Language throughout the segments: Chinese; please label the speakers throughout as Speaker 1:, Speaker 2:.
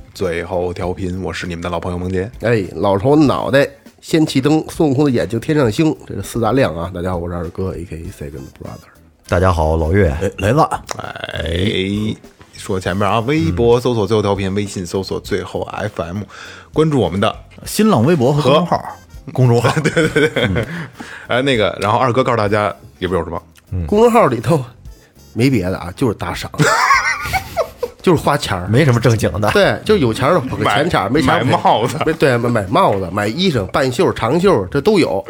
Speaker 1: 最后调频，我是你们的老朋友萌杰。
Speaker 2: 哎，老头脑袋先气灯，孙悟空的眼睛天上星，这是四大亮啊！大家好，我是二哥，A K A Second Brother。
Speaker 3: 大家好，老岳，
Speaker 2: 来了，
Speaker 1: 哎，说前面啊，微博搜索最后调频，微信搜索最后 FM，关注我们的
Speaker 4: 新浪微博和公众号，公 众号对
Speaker 1: 哎那个，然后二哥告诉大家里边有什么，
Speaker 2: 公众号里头没别的啊，就是打赏， 就是花钱儿。
Speaker 3: 没什么正经的，
Speaker 2: 对，就是有钱儿的捧个
Speaker 1: 买
Speaker 2: 钱场，没钱儿
Speaker 1: 买
Speaker 2: 捧
Speaker 1: 帽子
Speaker 2: 不是对，买买帽子、买衣裳、半袖、长袖，这都有。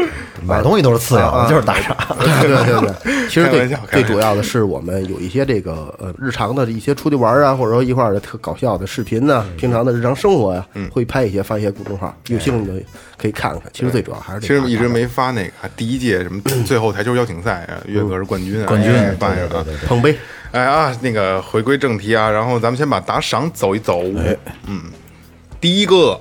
Speaker 3: 买东西都是次要的，就是打赏。
Speaker 2: 对对对 对，其实
Speaker 1: 开玩
Speaker 2: 最
Speaker 1: 笑开玩笑
Speaker 2: 最主要的是我们有一些这个呃日常的一些出去玩啊，或者说一块儿的特搞笑的视频呐、
Speaker 1: 嗯
Speaker 2: 平常的日常生活呀、会拍一些发一些公众号，有兴趣的可以看看。其实最主要还是
Speaker 1: 哎其
Speaker 2: 这
Speaker 1: 实
Speaker 2: 个
Speaker 1: 一直没发那个第一届什么最后台球邀请赛啊，
Speaker 4: 嗯
Speaker 1: 岳哥是冠军啊，冠军办一个啊。
Speaker 2: 捧杯，
Speaker 1: 哎啊，那个回归正题啊，然后咱们先把打赏走一走。嗯，第一个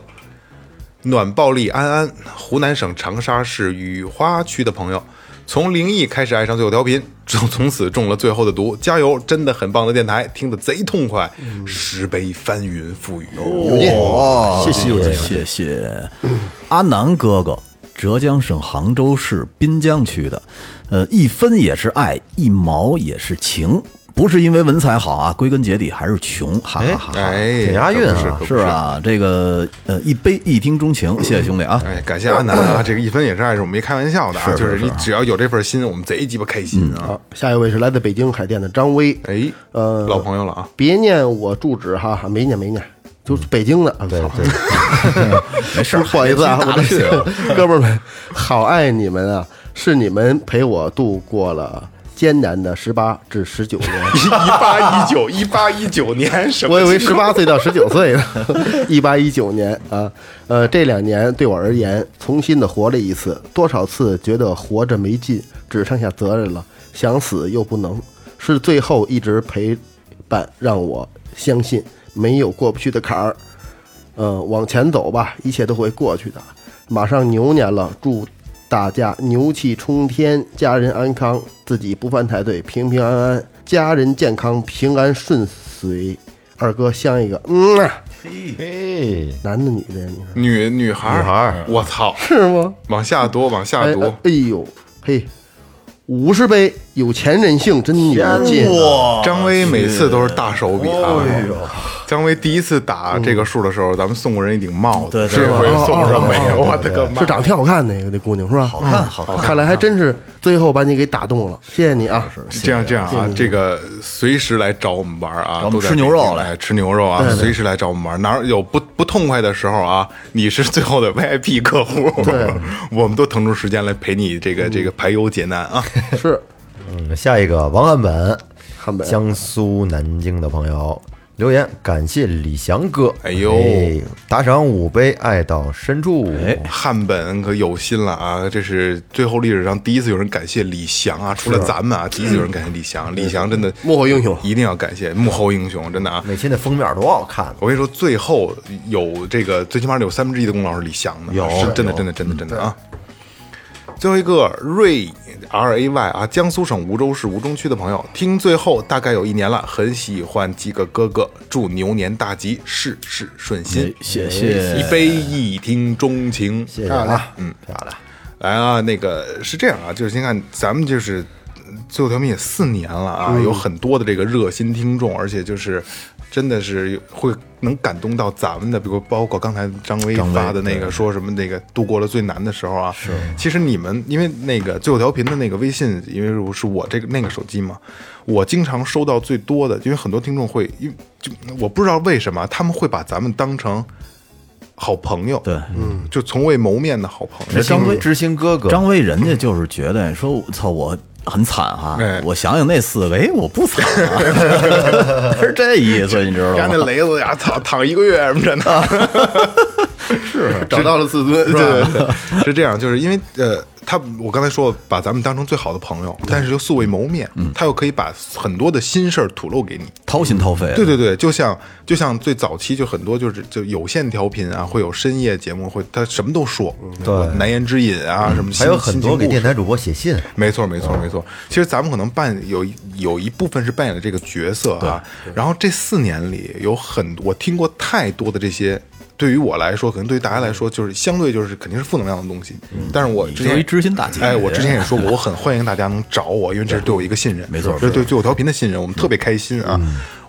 Speaker 1: 暖暴力安安，湖南省长沙市雨花区的朋友，从灵异开始爱上最后调频，从从此中了最后的毒，加油！真的很棒的电台，听得贼痛快，十杯翻云覆雨。
Speaker 4: 哦，谢谢谢谢阿南哥哥，浙江省杭州市滨江区的，呃，一分也是爱，一毛也是情，不是因为文采好啊，归根结底还是穷，哈哈哈哈。
Speaker 1: 哎，
Speaker 3: 挺押韵啊
Speaker 1: 可不
Speaker 4: 是
Speaker 1: 是可不
Speaker 4: 吧？这个呃，一杯一听钟情，谢谢兄弟啊！
Speaker 1: 哎，感谢阿南啊，这个一分也是爱，是我们没开玩笑的啊，
Speaker 4: 是是
Speaker 1: 就是
Speaker 4: 是
Speaker 1: 你只要有这份心，我们贼鸡巴开心啊！
Speaker 2: 好，下一位是来自北京海淀的张威，
Speaker 1: 哎，
Speaker 2: 嗯呃
Speaker 1: 老朋友了啊，
Speaker 2: 别念我住址哈，没念没念，就是北京的。对对， 没事，不好意思啊，我这 哥们儿们，好爱你们啊，是你们陪我度过了艰难的十八至十九年。
Speaker 1: 一八一九一八一九年什么？
Speaker 2: 我以为十八岁到十九岁呢，一八一九年啊，呃，这两年对我而言，重新的活了一次。多少次觉得活着没劲，只剩下责任了，想死又不能，是最后一直陪伴，让我相信没有过不去的坎儿。呃，往前走吧，一切都会过去的。马上牛年了，祝大家牛气冲天，家人安康，自己不犯太岁，平平安安，家人健康，平安顺遂。二哥像一个，嗯、啊，
Speaker 3: 嘿，
Speaker 2: 男的女的呀？你说
Speaker 1: 女女孩女孩，我操，
Speaker 2: 是吗？
Speaker 1: 往下读，往下
Speaker 2: 哎
Speaker 1: 读
Speaker 2: 哎，哎呦，嘿，五十杯，有钱任性，真牛劲啊！
Speaker 1: 张威每次都是大手笔啊！张威第一次打这个数的时候，咱们送过人一顶帽子，
Speaker 4: 对对
Speaker 1: 这回
Speaker 2: 哦
Speaker 1: 送上没有？
Speaker 2: 哦
Speaker 1: 我的个妈！
Speaker 2: 是长得挺好看的那个那姑娘是吧？好
Speaker 4: 看好看
Speaker 2: 看来还真是最后把你给打动了，谢谢你啊！
Speaker 1: 这样这样啊，这个随时来找我们玩啊，
Speaker 4: 找我们
Speaker 1: 都在
Speaker 4: 吃牛肉来
Speaker 1: 来吃牛肉啊，随时来找我们玩，哪儿有不不痛快的时候啊，你是最后的 VIP 客户，我们都腾出时间来陪你这个这个排忧解难啊。
Speaker 2: 是
Speaker 3: 嗯，下一个王汉本，
Speaker 2: 汉本
Speaker 3: 江苏南京的朋友留言，感谢李翔哥，
Speaker 1: 哎呦
Speaker 3: 打赏五杯，爱到深处，
Speaker 1: 汉本可有心了啊！这是最后历史上第一次有人感谢李翔啊，除了咱们啊，第一次有人感谢李翔。李翔真的
Speaker 2: 幕后英雄
Speaker 1: 一定要感谢幕后英雄，真的
Speaker 5: 嗯
Speaker 1: 啊！
Speaker 3: 每期那封面多好看，啊
Speaker 1: 我跟你说，最后有这个最起码有三分之一的功劳是李翔的，有啊是真的，真的，真的，真的啊！最后一个瑞 R A Y 啊，江苏省梧州市吴中区的朋友，听最后大概有一年了，很喜欢鸡个哥哥，祝牛年大吉，事事顺心，
Speaker 4: 哎谢谢
Speaker 1: 哎一杯一听钟情，
Speaker 3: 谢谢啊，嗯，漂亮，
Speaker 1: 来啊，那个是这样啊，就是先看咱们
Speaker 4: 嗯
Speaker 1: 就是呃最后调频也四年了啊，有很多的这个热心听众，而且就是真的是会能感动到咱们的，比如包括刚才张威
Speaker 4: 张威
Speaker 1: 发的那个说什么那个度过了最难的时候啊。是，其实你们因为那个最后调频的那个微信，因为我是我这个那个手机嘛，我经常收到最多的，因为很多听众会，因为就我不知道为什么他们会把咱们当成好朋友，
Speaker 4: 对
Speaker 1: 嗯，就从未谋面的好朋友。
Speaker 4: 张威
Speaker 5: 知心哥哥，
Speaker 4: 张威人家就是觉得说，我操，我很惨哈、
Speaker 1: 哎
Speaker 4: 我想想那四个，哎，我不惨、啊， 是这意思，你知道
Speaker 1: 家那
Speaker 4: 吗？
Speaker 1: 雷子呀，躺躺一个月什么的 呢？
Speaker 2: 找到了自尊，是
Speaker 1: 对对对，是这样，就是因为呃，他我刚才说把咱们当成最好的朋友，但是又素未谋面，他又可以把很多的心事儿吐露给你。
Speaker 4: 掏心掏肺，
Speaker 1: 对对对，就像就像最早期就很多就是就有线调频啊，会有深夜节目，会他什么都说，嗯对难言之隐啊，什么
Speaker 5: 还有很多给电
Speaker 1: 台。
Speaker 5: 台主播写信，
Speaker 1: 没错，没错，
Speaker 4: 嗯
Speaker 1: 没错。其实咱们可能扮有一有一部分是扮演了这个角色啊。然后这四年里有很我听过太多的这些，对于我来说，可能对于大家来说，就是相对就是肯定是负能量的东西。但是我之
Speaker 4: 嗯作
Speaker 1: 前
Speaker 4: 为知心大姐
Speaker 1: 哎，我之前也说过，我很欢迎大家能找我，因为这是对我一个信任，
Speaker 4: 没错
Speaker 1: 这是对最后调频的信任，我们特别开心啊。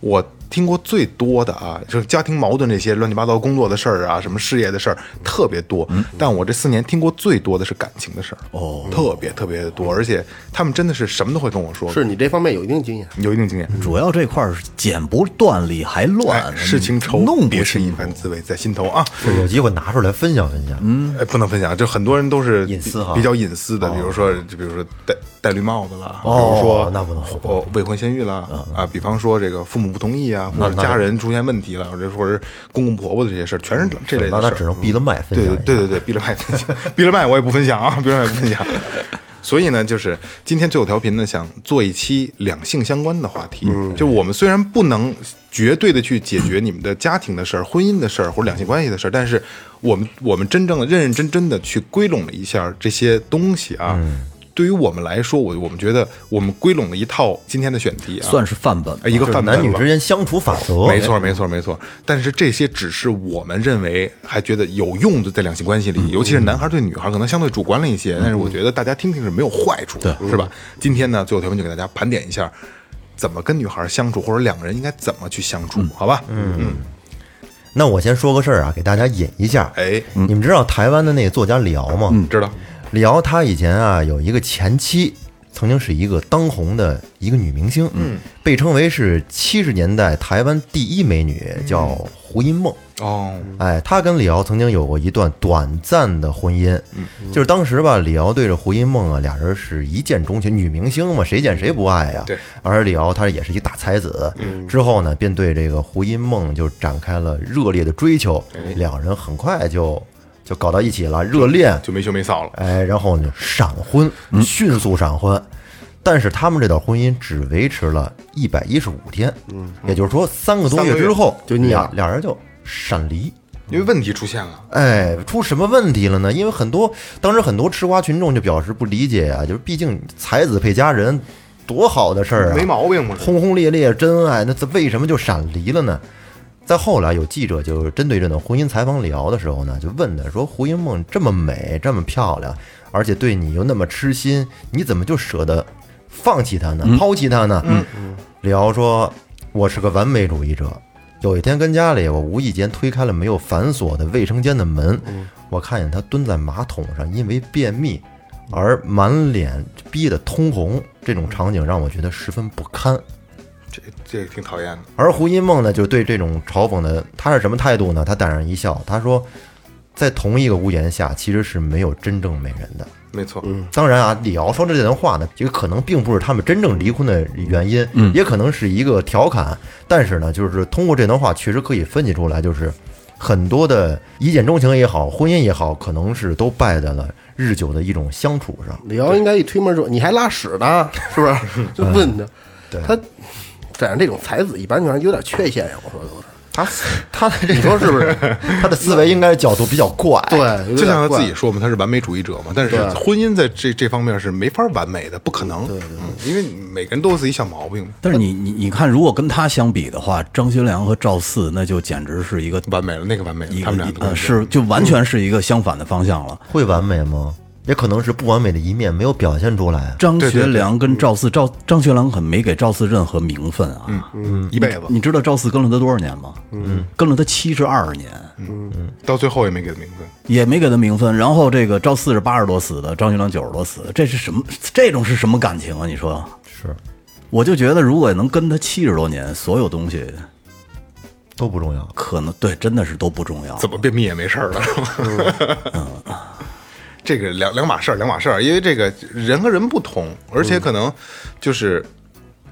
Speaker 1: 我听过最多的啊，就是家庭矛盾这些乱七八糟工作的事儿啊，什么事业的事儿特别多。但我这四年听过最多的是感情的事儿，哦，特别特别的多，而且他们真的是什么都会跟我说，
Speaker 2: 是你这方面有一定经验，
Speaker 1: 有一定经验。
Speaker 4: 主要这块儿是剪不断理还
Speaker 1: 哎
Speaker 4: 乱，，
Speaker 1: 事情愁，
Speaker 4: 弄
Speaker 1: 别
Speaker 4: 不
Speaker 1: 是一
Speaker 4: 清。
Speaker 1: 番滋味在心头啊！
Speaker 5: 有机会拿出来分享分享。嗯，
Speaker 1: 哎，不能分享，就很多人都是
Speaker 5: 隐私哈
Speaker 1: 比较隐私的，比如说，就比如说戴戴绿帽子啦，比如说
Speaker 5: 那不嗯能说
Speaker 1: 哦未婚先孕啦啊，比方说这个父母不同意啊，或者家人出现问题了，或者或者公公婆婆的这些事儿，全是这类
Speaker 5: 那嗯
Speaker 1: 的
Speaker 5: 那
Speaker 1: 事
Speaker 5: 只
Speaker 1: 儿。嗯
Speaker 5: 能闭了麦分
Speaker 1: 对
Speaker 5: 享
Speaker 1: 对
Speaker 5: 一下。
Speaker 1: 对对对，闭了麦分享，闭了麦我也不分享啊，闭了麦不分享。 所以呢，就是今天最后调频呢，想做一期两性相关的话题。
Speaker 5: 嗯
Speaker 1: 就我们虽然不能绝对的去解决你们的家庭的事儿、婚姻的事儿或者两性关系的事儿，但是我们我们真正的认认真真的去归拢了一下这些东西啊。
Speaker 5: 嗯
Speaker 1: 对于我们来说，我我们觉得我们归拢了一套今天的选题啊，
Speaker 4: 算是范本吧，
Speaker 1: 一个范本
Speaker 5: 男女
Speaker 1: 吧
Speaker 5: 之间相处法则，
Speaker 1: 没错，没错，没错。但是这些只是我们认为还觉得有用的在两性关系里，尤其是男孩对女孩可能相对主观了一些，但是我觉得大家听听是没有坏处的，是吧？今天呢，最后条文就给大家盘点一下，怎么跟女孩相处，或者两个人应该怎么去相处，好吧？嗯，
Speaker 5: 那我先说个事儿啊，给大家引一下。
Speaker 1: 哎嗯
Speaker 5: 你们知道台湾的那个作家李敖吗？
Speaker 1: 知道，
Speaker 5: 李敖他以前啊有一个前妻，曾经是一个当红的一个女明星，嗯，被称为是七十年代台湾第一美女，
Speaker 1: 嗯
Speaker 5: 叫胡因梦。
Speaker 1: 哦，
Speaker 5: 哎，她跟李敖曾经有过一段短暂的婚姻，就是当时吧，李敖对着胡因梦啊，俩人是一见钟情，女明星嘛，谁见谁不爱呀、
Speaker 1: 对，
Speaker 5: 而李敖他也是一大才子，之后呢，便对这个胡因梦就展开了热烈的追求，两人很快就就搞到一起了，热恋，
Speaker 1: 就没羞没臊了。
Speaker 5: 哎，然后呢，闪婚，迅速闪婚。但是他们这段婚姻只维持了一百一十五天，嗯，也就是说三个多
Speaker 1: 三个
Speaker 5: 月
Speaker 1: 月
Speaker 5: 之后，
Speaker 2: 就腻
Speaker 5: 俩
Speaker 2: 了
Speaker 5: 俩人就闪离。
Speaker 1: 因为问题出现了，
Speaker 5: 哎，出什么问题了呢？因为很多当时很多吃瓜群众就表示不理解啊，就是毕竟才子配佳人，多好的事儿啊，
Speaker 1: 没毛病不是？
Speaker 5: 轰轰烈烈真爱，那这为什么就闪离了呢？再后来有记者就是针对这段婚姻采访李敖的时候呢，就问他说：“胡因梦这么美，这么漂亮，而且对你又那么痴心，你怎么就舍得放弃她呢？
Speaker 1: 嗯
Speaker 5: 抛弃她呢？”李敖说：“我是个完美主义者。有一天跟家里，我无意间推开了没有反锁的卫生间的门，我看见她蹲在马桶上，因为便秘而满脸憋得通红。这种场景让我觉得十分不堪。
Speaker 1: 这这挺讨厌的。
Speaker 5: 而胡因梦呢，就对这种嘲讽的，他是什么态度呢？他淡然一笑，他说，在同一个屋檐下，其实是没有真正美人的。
Speaker 1: 没错，
Speaker 5: 当然啊，李敖说的这段话呢，也可能并不是他们真正离婚的原因，
Speaker 1: 嗯
Speaker 5: 也可能是一个调侃。但是呢，就是通过这段话，确实可以分析出来，就是很多的一见钟情也好，婚姻也好，可能是都败在了日久的一种相处上。
Speaker 2: 李敖应该一推门说：“你还拉屎呢， 是不是？”就问他，他展现这种才子一般就是有点缺陷呀。我说都是，
Speaker 5: 他他的这
Speaker 2: 你说是不是？
Speaker 1: 嗯
Speaker 5: 他的思维应该角度比较怪，
Speaker 2: 对，有点
Speaker 1: 就像他自
Speaker 2: 怪
Speaker 1: 己说嘛，他是完美主义者嘛，但是
Speaker 2: 对
Speaker 1: 婚姻在这这方面是没法完美的，不可能，嗯因为每个人都有自己小毛病嘛，
Speaker 4: 但是你你你看，如果跟他相比的话，张学良和赵四那就简直是一个
Speaker 1: 完美了那个完美了
Speaker 4: 一，个
Speaker 1: 他
Speaker 4: 呃
Speaker 1: 们俩
Speaker 4: 一
Speaker 1: 都嗯
Speaker 4: 呃是就完全是一个相反的方向了。
Speaker 5: 会完美吗？也可能是不完美的一面没有表现出来。
Speaker 4: 张学良跟赵四，赵张学良很没给赵四任何名分啊。
Speaker 1: 嗯一辈子
Speaker 4: 你知道赵四跟了他多少年吗？嗯，跟了他七十二年，
Speaker 1: 到最后也没给他名分。
Speaker 4: 也没给他名分。然后这个赵四是八十多死的，张学良九十多死的，这是什么？这种是什么感情啊？你说
Speaker 5: 是，
Speaker 4: 我就觉得如果能跟他七十多年，所有东西
Speaker 5: 都不重要。
Speaker 4: 可能对，真的是都不重要。
Speaker 1: 怎么便秘也没事儿了。 这个两两码事儿，两码事儿，因为这个人和人不同，而且可能就是，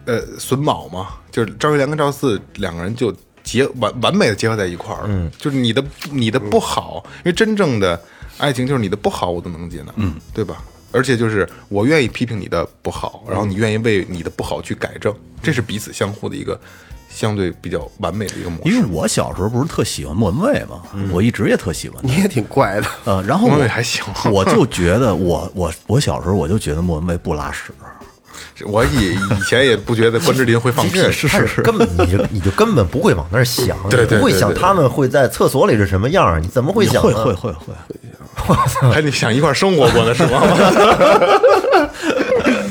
Speaker 1: 呃，榫卯嘛，就是张学良跟赵四两个人就结完完美的结合在一块儿了。嗯，就是你的你的不好，因为真正的爱情就是你的不好我都能接纳，嗯，对吧？而且就是我愿意批评你的不好，然后你愿意为你的不好去改正，这是彼此相互的一个相对比较完美的一个模
Speaker 4: 因
Speaker 1: 式
Speaker 4: 为。我小时候不是特喜欢莫文蔚嘛，我一直也特喜欢她。
Speaker 2: 你也挺怪的，
Speaker 4: 呃，然后
Speaker 1: 莫文蔚
Speaker 4: 我
Speaker 1: 嗯还行
Speaker 4: 我就觉得我我我小时候我就觉得莫文蔚不拉屎，
Speaker 1: 我以以前也不觉得关之琳会放屁，
Speaker 5: 是是是，根本你就你就根本不会往那儿想，
Speaker 1: 对对对
Speaker 5: 你不会想
Speaker 1: 对对
Speaker 5: 他们会在厕所里是什么样儿，你怎么会想
Speaker 4: 会
Speaker 5: 呢？
Speaker 4: 会会会，
Speaker 1: 还你想一块儿生活过呢是吗？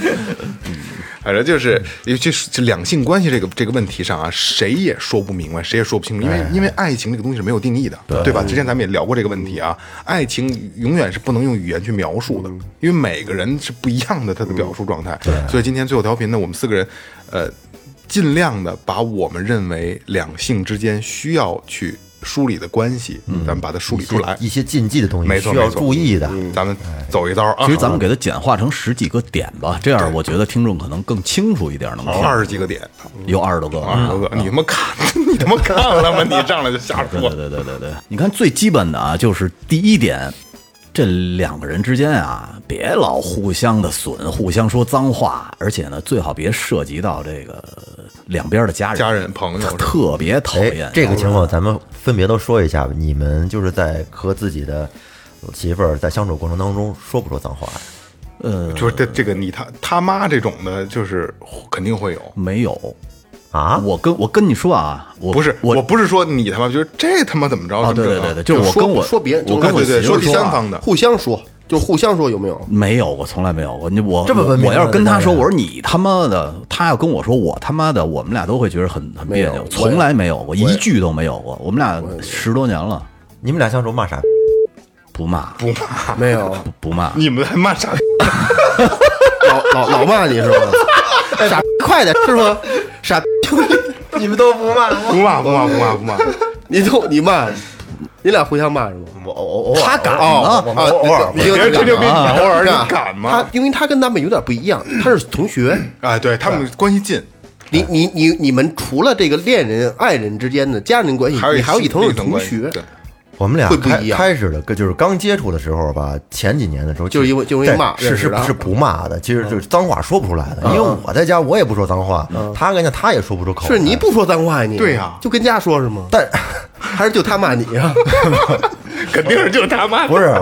Speaker 1: 反正就是，尤其是这两性关系这个这个问题上啊，谁也说不明白，谁也说不清楚，因为因为爱情这个东西是没有定义的，哎对吧？之前咱们也聊过这个问题啊，爱情永远是不能用语言去描述的，因为每个人是不一样的他的表述状态。所以今天最后调频呢，我们四个人，呃，尽量的把我们认为两性之间需要去梳理的关系，咱们把它梳嗯理出来。
Speaker 5: 一些禁忌的
Speaker 4: 嗯
Speaker 5: 东
Speaker 1: 没
Speaker 5: 西
Speaker 1: 错
Speaker 5: 需要
Speaker 1: 没错嗯
Speaker 5: 注意
Speaker 2: 嗯
Speaker 5: 的。
Speaker 1: 咱们走一遭啊！
Speaker 4: 其实咱们给它简化成十几个点吧，这样我觉得听众可能更清楚一点，能听。
Speaker 1: 二十几个点，
Speaker 4: 有二十多个，
Speaker 1: 二十多个，你他妈看， 你他妈看了吗？你上来就瞎
Speaker 4: 对对
Speaker 1: 说，
Speaker 4: 对对对对，你看最基本的啊，就是第一点，这两个人之间啊，别老互相的损，互相说脏话，而且呢，最好别涉及到这个两边的家人，
Speaker 1: 家人朋友
Speaker 4: 特别讨厌嗯
Speaker 5: 哎，。这个情况咱们分别都说一下吧。你们就是在和自己的媳妇儿在相处过程当中说不说脏话？
Speaker 1: 就是这这个你他他妈这种的，就是肯定会有。
Speaker 4: 没有
Speaker 5: 啊，
Speaker 4: 我跟我跟你说啊，我
Speaker 1: 不是，
Speaker 4: 我
Speaker 1: 我不是说你他妈，就是这他妈怎么着？
Speaker 4: 啊，
Speaker 1: 怎
Speaker 4: 对
Speaker 1: 么
Speaker 4: 对
Speaker 1: 着
Speaker 4: 对对，就是我
Speaker 2: 说
Speaker 4: 跟我
Speaker 2: 说别人
Speaker 4: 我跟我
Speaker 1: 对对
Speaker 4: 媳妇
Speaker 1: 说
Speaker 4: 儿
Speaker 1: 第
Speaker 4: 说
Speaker 1: 三
Speaker 4: 啊
Speaker 1: 方的
Speaker 2: 互相说，就互相说有没有？
Speaker 4: 没有，我从来没有过。你我
Speaker 5: 这么文明
Speaker 4: 我要是跟他说，
Speaker 5: 的人
Speaker 4: 我说你他妈的，他要跟我说我他妈的，我们俩都会觉得很很别
Speaker 2: 没有
Speaker 4: 扭
Speaker 2: 我，也
Speaker 4: 从来没有过，一句都没有过。我们俩十多年了，
Speaker 5: 你们俩相处骂啥？
Speaker 4: 不骂不
Speaker 2: 没有，
Speaker 4: 不骂，
Speaker 1: 你们还骂啥？
Speaker 2: 老老老骂你是吧？哎傻逼快点是吗？傻逼，
Speaker 5: 你们都不骂，
Speaker 1: 不骂不骂不骂不骂！
Speaker 2: 你就你骂，你俩互相骂是吗？
Speaker 5: 我偶偶尔
Speaker 4: 他敢
Speaker 2: 哦
Speaker 4: 吗？
Speaker 2: 啊，偶尔
Speaker 1: 别人吹牛逼，你偶尔你敢
Speaker 2: 啊他
Speaker 1: 吗？
Speaker 2: 因为他跟咱们有点不一样，他是同学。
Speaker 1: 哎，对他们关系近，
Speaker 2: 你你你你们除了这个恋人、爱人之间的家人
Speaker 4: 嗯
Speaker 2: 关系，
Speaker 1: 还有
Speaker 2: 你还有一层是
Speaker 1: 另层
Speaker 2: 同
Speaker 1: 关系
Speaker 2: 学，
Speaker 1: 对
Speaker 5: 我们俩
Speaker 2: 会不
Speaker 5: 开
Speaker 2: 一样
Speaker 5: 开始的，就是刚接触的时候吧，前几年的时候，
Speaker 2: 就是因为就是因为骂
Speaker 5: 是
Speaker 2: 认识
Speaker 5: 是
Speaker 2: 的嗯
Speaker 5: 是不骂的，其实就是脏话说不出来的。因为我在家我也不说脏话，他跟人家他也说不出口来。
Speaker 2: 是你不说脏话呀你？
Speaker 1: 对呀
Speaker 2: 就跟家说是吗？
Speaker 5: 但
Speaker 2: 还是就他骂你啊？
Speaker 1: 肯定是就是他妈
Speaker 5: 不是，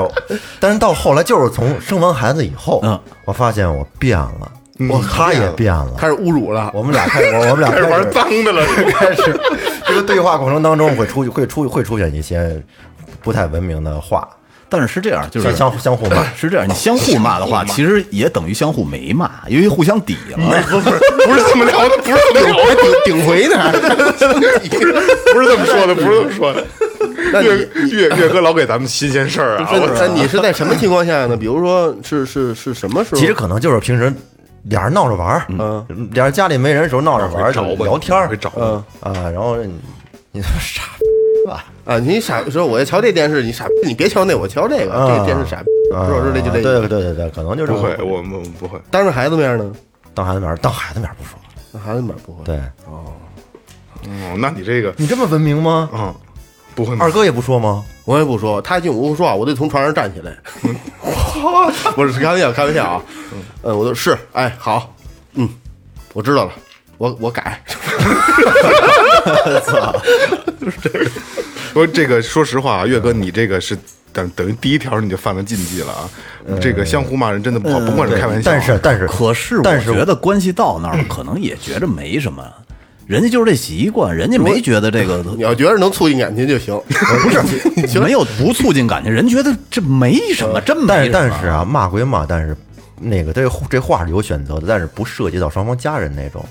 Speaker 5: 但是到后来就是从生完孩子以后，
Speaker 4: 嗯
Speaker 5: 我发现我变了，
Speaker 1: 你
Speaker 5: 我他也变了。
Speaker 2: 开始侮辱了？
Speaker 5: 我们俩开始，我们俩
Speaker 1: 开始
Speaker 5: 开
Speaker 1: 玩
Speaker 5: 始
Speaker 1: 脏的了。
Speaker 5: 开始这个对话过程当中会出会出会出现一些不太文明的话，
Speaker 4: 但是是这样，就是
Speaker 5: 相相互相互骂。
Speaker 4: 是这样，你相互骂的话，其实也等于相互没骂，因为互相抵了。
Speaker 1: 不是不是这么聊的，不是这么 聊的，
Speaker 2: 顶顶回呢？
Speaker 1: 不是这么说的，不是这么说的。岳岳岳哥老给咱们新鲜事儿啊！
Speaker 2: 真
Speaker 1: 我
Speaker 2: 的，哎你是在什么情况下呢？比如说是是是什么时候？
Speaker 5: 其实可能就是平时俩人闹着玩儿，嗯，俩人家里没人的时候闹着玩儿，就
Speaker 1: 找吧，
Speaker 5: 聊天儿
Speaker 1: 会找吧。
Speaker 2: 嗯
Speaker 5: 啊，然后你你他妈傻
Speaker 2: 啊，你傻说，我要瞧这电视，你傻，你别瞧那，我瞧这个，
Speaker 5: 啊
Speaker 2: 这个电视傻，
Speaker 5: 啊，
Speaker 2: 是不是这就这？
Speaker 5: 对对。对对，可能就是
Speaker 1: 不会，我们我们不会。
Speaker 2: 当着孩子面呢，
Speaker 5: 当孩子面儿当孩子面儿不说，
Speaker 2: 那孩子面不会。
Speaker 5: 对
Speaker 1: 嗯，那你这个，
Speaker 5: 你这么文明吗？
Speaker 1: 嗯，不会吗
Speaker 5: 二哥也不说吗？
Speaker 2: 我也不说，他一进屋说话，我得从床上站起来。不是开玩笑，开玩笑啊。嗯，我都是，哎，好，嗯，我知道了，我我改。
Speaker 1: 说这个，说实话，啊，岳哥，你这个是等等于第一条你就犯了禁忌了啊！这个相互骂人真的不好，不管是开玩笑啊，
Speaker 5: 嗯但是但是
Speaker 4: 可是我
Speaker 5: 但是
Speaker 4: 觉得关系到那儿了，可能也觉着没什么。人家就是这习惯，人家没觉得这个
Speaker 2: 你要觉得能促进感情就行，
Speaker 4: 不是 没有不促进感情，人觉得这没什么，真没
Speaker 5: 但是
Speaker 4: 什
Speaker 5: 但
Speaker 4: 么
Speaker 5: 是啊，骂归骂，但是那个这这话是有选择的，但是不涉及到双方家人那种。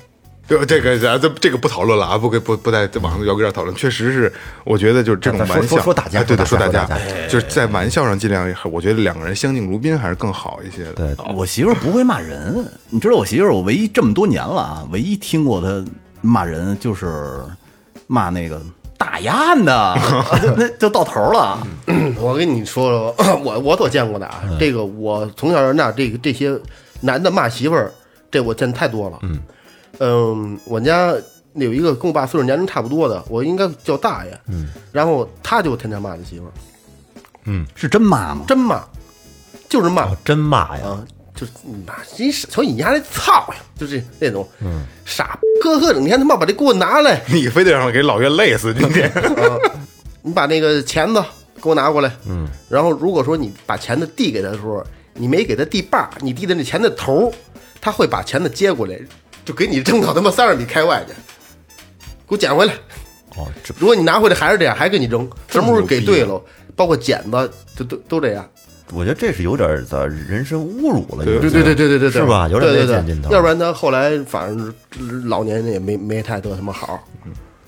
Speaker 1: 这这个咱这这个不讨论了啊，不跟不不在网上聊个这讨论，确实是，我觉得就是这种
Speaker 5: 咱
Speaker 1: 玩
Speaker 5: 说
Speaker 1: 笑，
Speaker 5: 说说打架
Speaker 1: 哎对对，
Speaker 5: 说打
Speaker 1: 打
Speaker 5: 架
Speaker 1: 架
Speaker 5: 说打，
Speaker 1: 就是在玩笑上尽量，我觉得两个人相敬如宾还是更好一些的。
Speaker 5: 对，
Speaker 4: 我媳妇儿不会骂人，你知道我媳妇儿，我唯一这么多年了啊，唯一听过她骂人就是骂那个大丫的， 那就到头了。
Speaker 2: 我跟你说说， 我我所见过的啊，这个我从小到大，这个这些男的骂媳妇儿，这我见太多了。嗯，我们家有一个跟我爸岁数年龄差不多的，我应该叫大爷。嗯，然后他就天天骂他媳妇儿，
Speaker 4: 是真骂吗？
Speaker 2: 真骂，就是骂
Speaker 5: 哦，真骂呀！
Speaker 2: 啊，就是你妈，你瞅你丫那操呀，就是那种，嗯，傻呵呵，整天他妈把这给我拿来，
Speaker 1: 你非得让我给老岳累死，今天
Speaker 2: 你把那个钳子给我拿过来，嗯，然后如果说你把钳子递给他的时候，你没给他递把，你递的那钳子头儿，他会把钳子接过来，就给你扔到他妈三十米开外去，给我捡回来。
Speaker 5: 哦，这
Speaker 2: 如果你拿回来还是这样，还给你扔，什么时候给对
Speaker 5: 这么
Speaker 2: 了，包括剪子，就都都这样。
Speaker 5: 我觉得这是有点儿的人身侮辱了，有
Speaker 2: 对
Speaker 5: 点
Speaker 2: 对对对对对，对
Speaker 5: 是吧有点
Speaker 2: 对
Speaker 5: 那
Speaker 2: 对
Speaker 5: 劲劲头
Speaker 2: 对，要不然他后来反正老年人也没没太得什么好，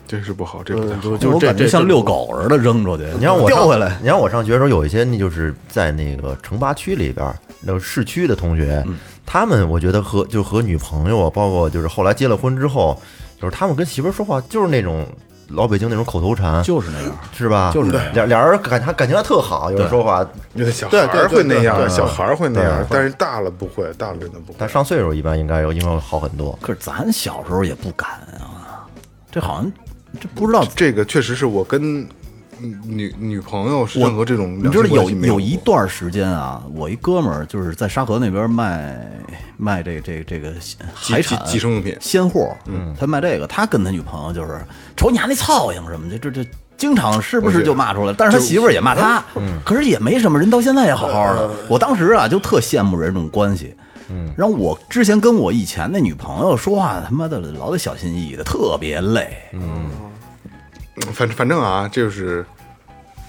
Speaker 1: 真是不好，这不太好。
Speaker 2: 嗯，就就
Speaker 4: 我
Speaker 2: 这
Speaker 4: 感觉
Speaker 2: 这
Speaker 4: 像
Speaker 2: 这
Speaker 4: 遛狗似的扔出去，
Speaker 5: 你让我
Speaker 4: 叼
Speaker 5: 上
Speaker 4: 回来。
Speaker 5: 你让我上学的时候，有一些那就是在那个城八区里边儿，那个市区的同学，他们我觉得和就和女朋友啊，包括就是后来结了婚之后，就是他们跟媳妇儿说话就是那种老北京那种口头禅，
Speaker 4: 就是那样，
Speaker 5: 是吧？
Speaker 4: 就是这
Speaker 5: 俩俩人感还感情还特好，有人说话，
Speaker 1: 因为小孩儿会那样，啊小孩儿会那样
Speaker 5: 对，
Speaker 1: 但是大了不会，大了真的不
Speaker 5: 但
Speaker 1: 会。
Speaker 5: 上岁数一般应该有应该好很多。
Speaker 4: 可是咱小时候也不敢啊，这好像这不知道。
Speaker 1: 这个确实是我跟嗯女女朋友是任何这种
Speaker 4: 你
Speaker 1: 两
Speaker 4: 知
Speaker 1: 性
Speaker 4: 道
Speaker 1: 关
Speaker 4: 有
Speaker 1: 系没
Speaker 4: 有一
Speaker 1: 过
Speaker 4: 段时间啊，我一哥们儿就是在沙河那边卖卖这个这个这个海产
Speaker 1: 寄寄生用品
Speaker 4: 鲜货，嗯，他卖这个，他跟他女朋友就是瞅你家那操性什么的，这这经常是不是就骂出来？但是他媳妇儿也骂他，
Speaker 1: 嗯
Speaker 4: 可是也没什么，人到现在也好好
Speaker 1: 呃
Speaker 4: 的。我当时啊就特羡慕人这种关系。嗯，然后我之前跟我以前那女朋友说话，他妈的老得小心翼翼的，特别累。
Speaker 1: 嗯反正反正啊，这就是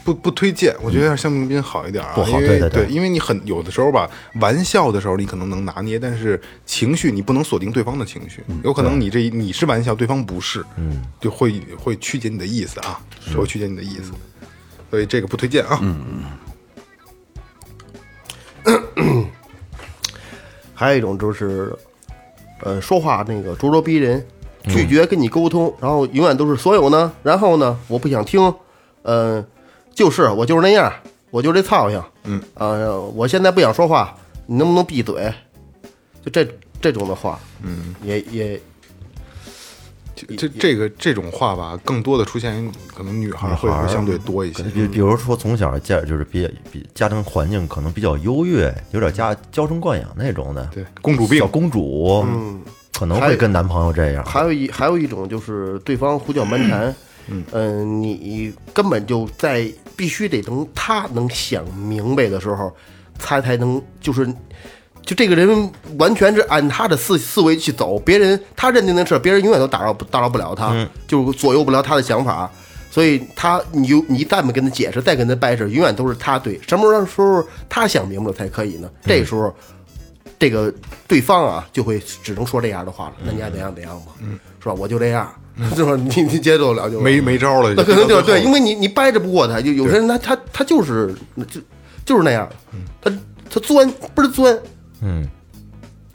Speaker 1: 不不推荐，我觉得要是香槟冰好一点啊，
Speaker 5: 不好
Speaker 1: 因为
Speaker 5: 对对对
Speaker 1: 因为你很有的时候吧，玩笑的时候你可能能拿捏，但是情绪你不能锁定对方的情绪，
Speaker 5: 嗯
Speaker 1: 有可能你这一你是玩笑，对方不是，嗯，就会会曲解你的意思啊，
Speaker 5: 嗯
Speaker 1: 会曲解你的意思，所以这个不推荐啊。
Speaker 2: 还有一种就是，呃，说话那个咄咄逼人，拒绝跟你沟通，然后永远都是所有呢，然后呢，我不想听，呃，就是我就是那样，我就这操性，嗯，呃，我现在不想说话，你能不能闭嘴？就这这种的话，嗯，也也
Speaker 1: 这这这个这种话吧，更多的出现于可能女孩儿会
Speaker 5: 女孩儿
Speaker 1: 会相对多一些，
Speaker 5: 比比如说从小家就是比比家庭环境可能比较优越，有点家娇生惯养那种的，
Speaker 1: 对公主病
Speaker 5: 小公主，嗯，可能会跟男朋友这样，
Speaker 2: 还有一还有一种就是对方胡搅蛮缠，嗯、你根本就在必须得能他能想明白的时候，他才能就是，就这个人完全是按他的思思维去走，别人他认定的事儿，别人永远都打扰不打扰不了他，就是左右不了他的想法。所以他，你就你再没跟他解释，再跟他掰扯，永远都是他对。什么时候他想明白了才可以呢？这时候这个对方啊就会只能说这样的话了，那你爱怎样怎样吧，是吧？我就这样， 是吧？你你接受了就
Speaker 1: 没没招了，
Speaker 2: 那可能就是
Speaker 1: 到最
Speaker 2: 对，
Speaker 1: 后
Speaker 2: 因为你你掰扯不过他，就有些人他他他就是就就是那样，他他钻不是钻，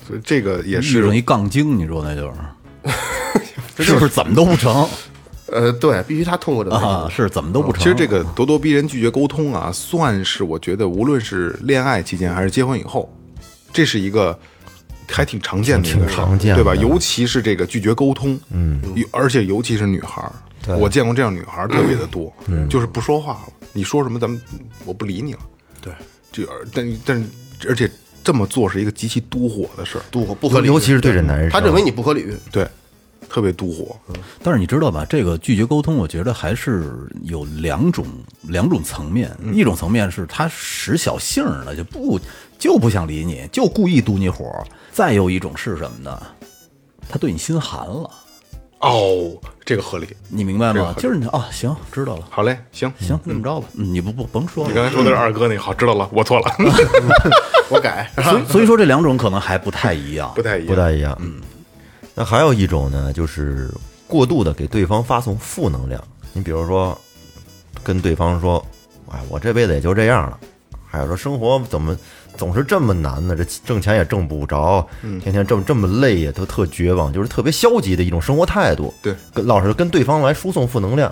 Speaker 1: 所以这个也
Speaker 4: 遇
Speaker 1: 是
Speaker 4: 上一杠精，你说那就是， 是不是怎么都不成
Speaker 2: 呃，对，必须他通过这个
Speaker 4: 啊？是怎么都不成？
Speaker 1: 其实这个咄咄逼人、拒绝沟通啊，算是我觉得无论是恋爱期间还是结婚以后，这是一个还挺常见的一个事儿
Speaker 5: 挺常见的
Speaker 1: 对吧？尤其是这个拒绝沟通，嗯，而且尤其是女孩儿，我见过这样女孩儿特别的多，就是不说话了，你说什么咱们我不理你了，对，这而但但而且这么做是一个极其妒火的事儿，
Speaker 2: 不合不合理，
Speaker 5: 尤尤其是对这男人
Speaker 2: 他认为你不合理，
Speaker 1: 对，特别妒火，
Speaker 4: 但是你知道吧？这个拒绝沟通，我觉得还是有两种两种层面。
Speaker 1: 嗯
Speaker 4: 一种层面是他使小性儿呢，就不就不想理你，就故意堵你火儿；再有一种是什么呢？他对你心寒了，
Speaker 1: 哦，这个合理。
Speaker 4: 你明白
Speaker 1: 这个
Speaker 4: 吗
Speaker 1: 很？
Speaker 4: 就是你啊，行，知道了，
Speaker 1: 好嘞，行，
Speaker 4: 行，那么着吧，嗯你不不甭说
Speaker 1: 你
Speaker 4: 了。
Speaker 1: 刚才说的是二哥那个，好，知道 了，我错了，啊
Speaker 2: 我改。
Speaker 4: 所以所以说这两种可能还不太一样
Speaker 1: 不。太一
Speaker 5: 不
Speaker 1: 样。
Speaker 5: 太一样。嗯，那还有一种呢，就是过度的给对方发送负能量。你比如说，跟对方说：“哎，我这辈子也就这样了。”还有说生活怎么总是这么难呢？这挣钱也挣不着，天天这么这么累，也都特绝望，就是特别消极的一种生活态度。
Speaker 1: 对，
Speaker 5: 跟老是跟对方来输送负能量，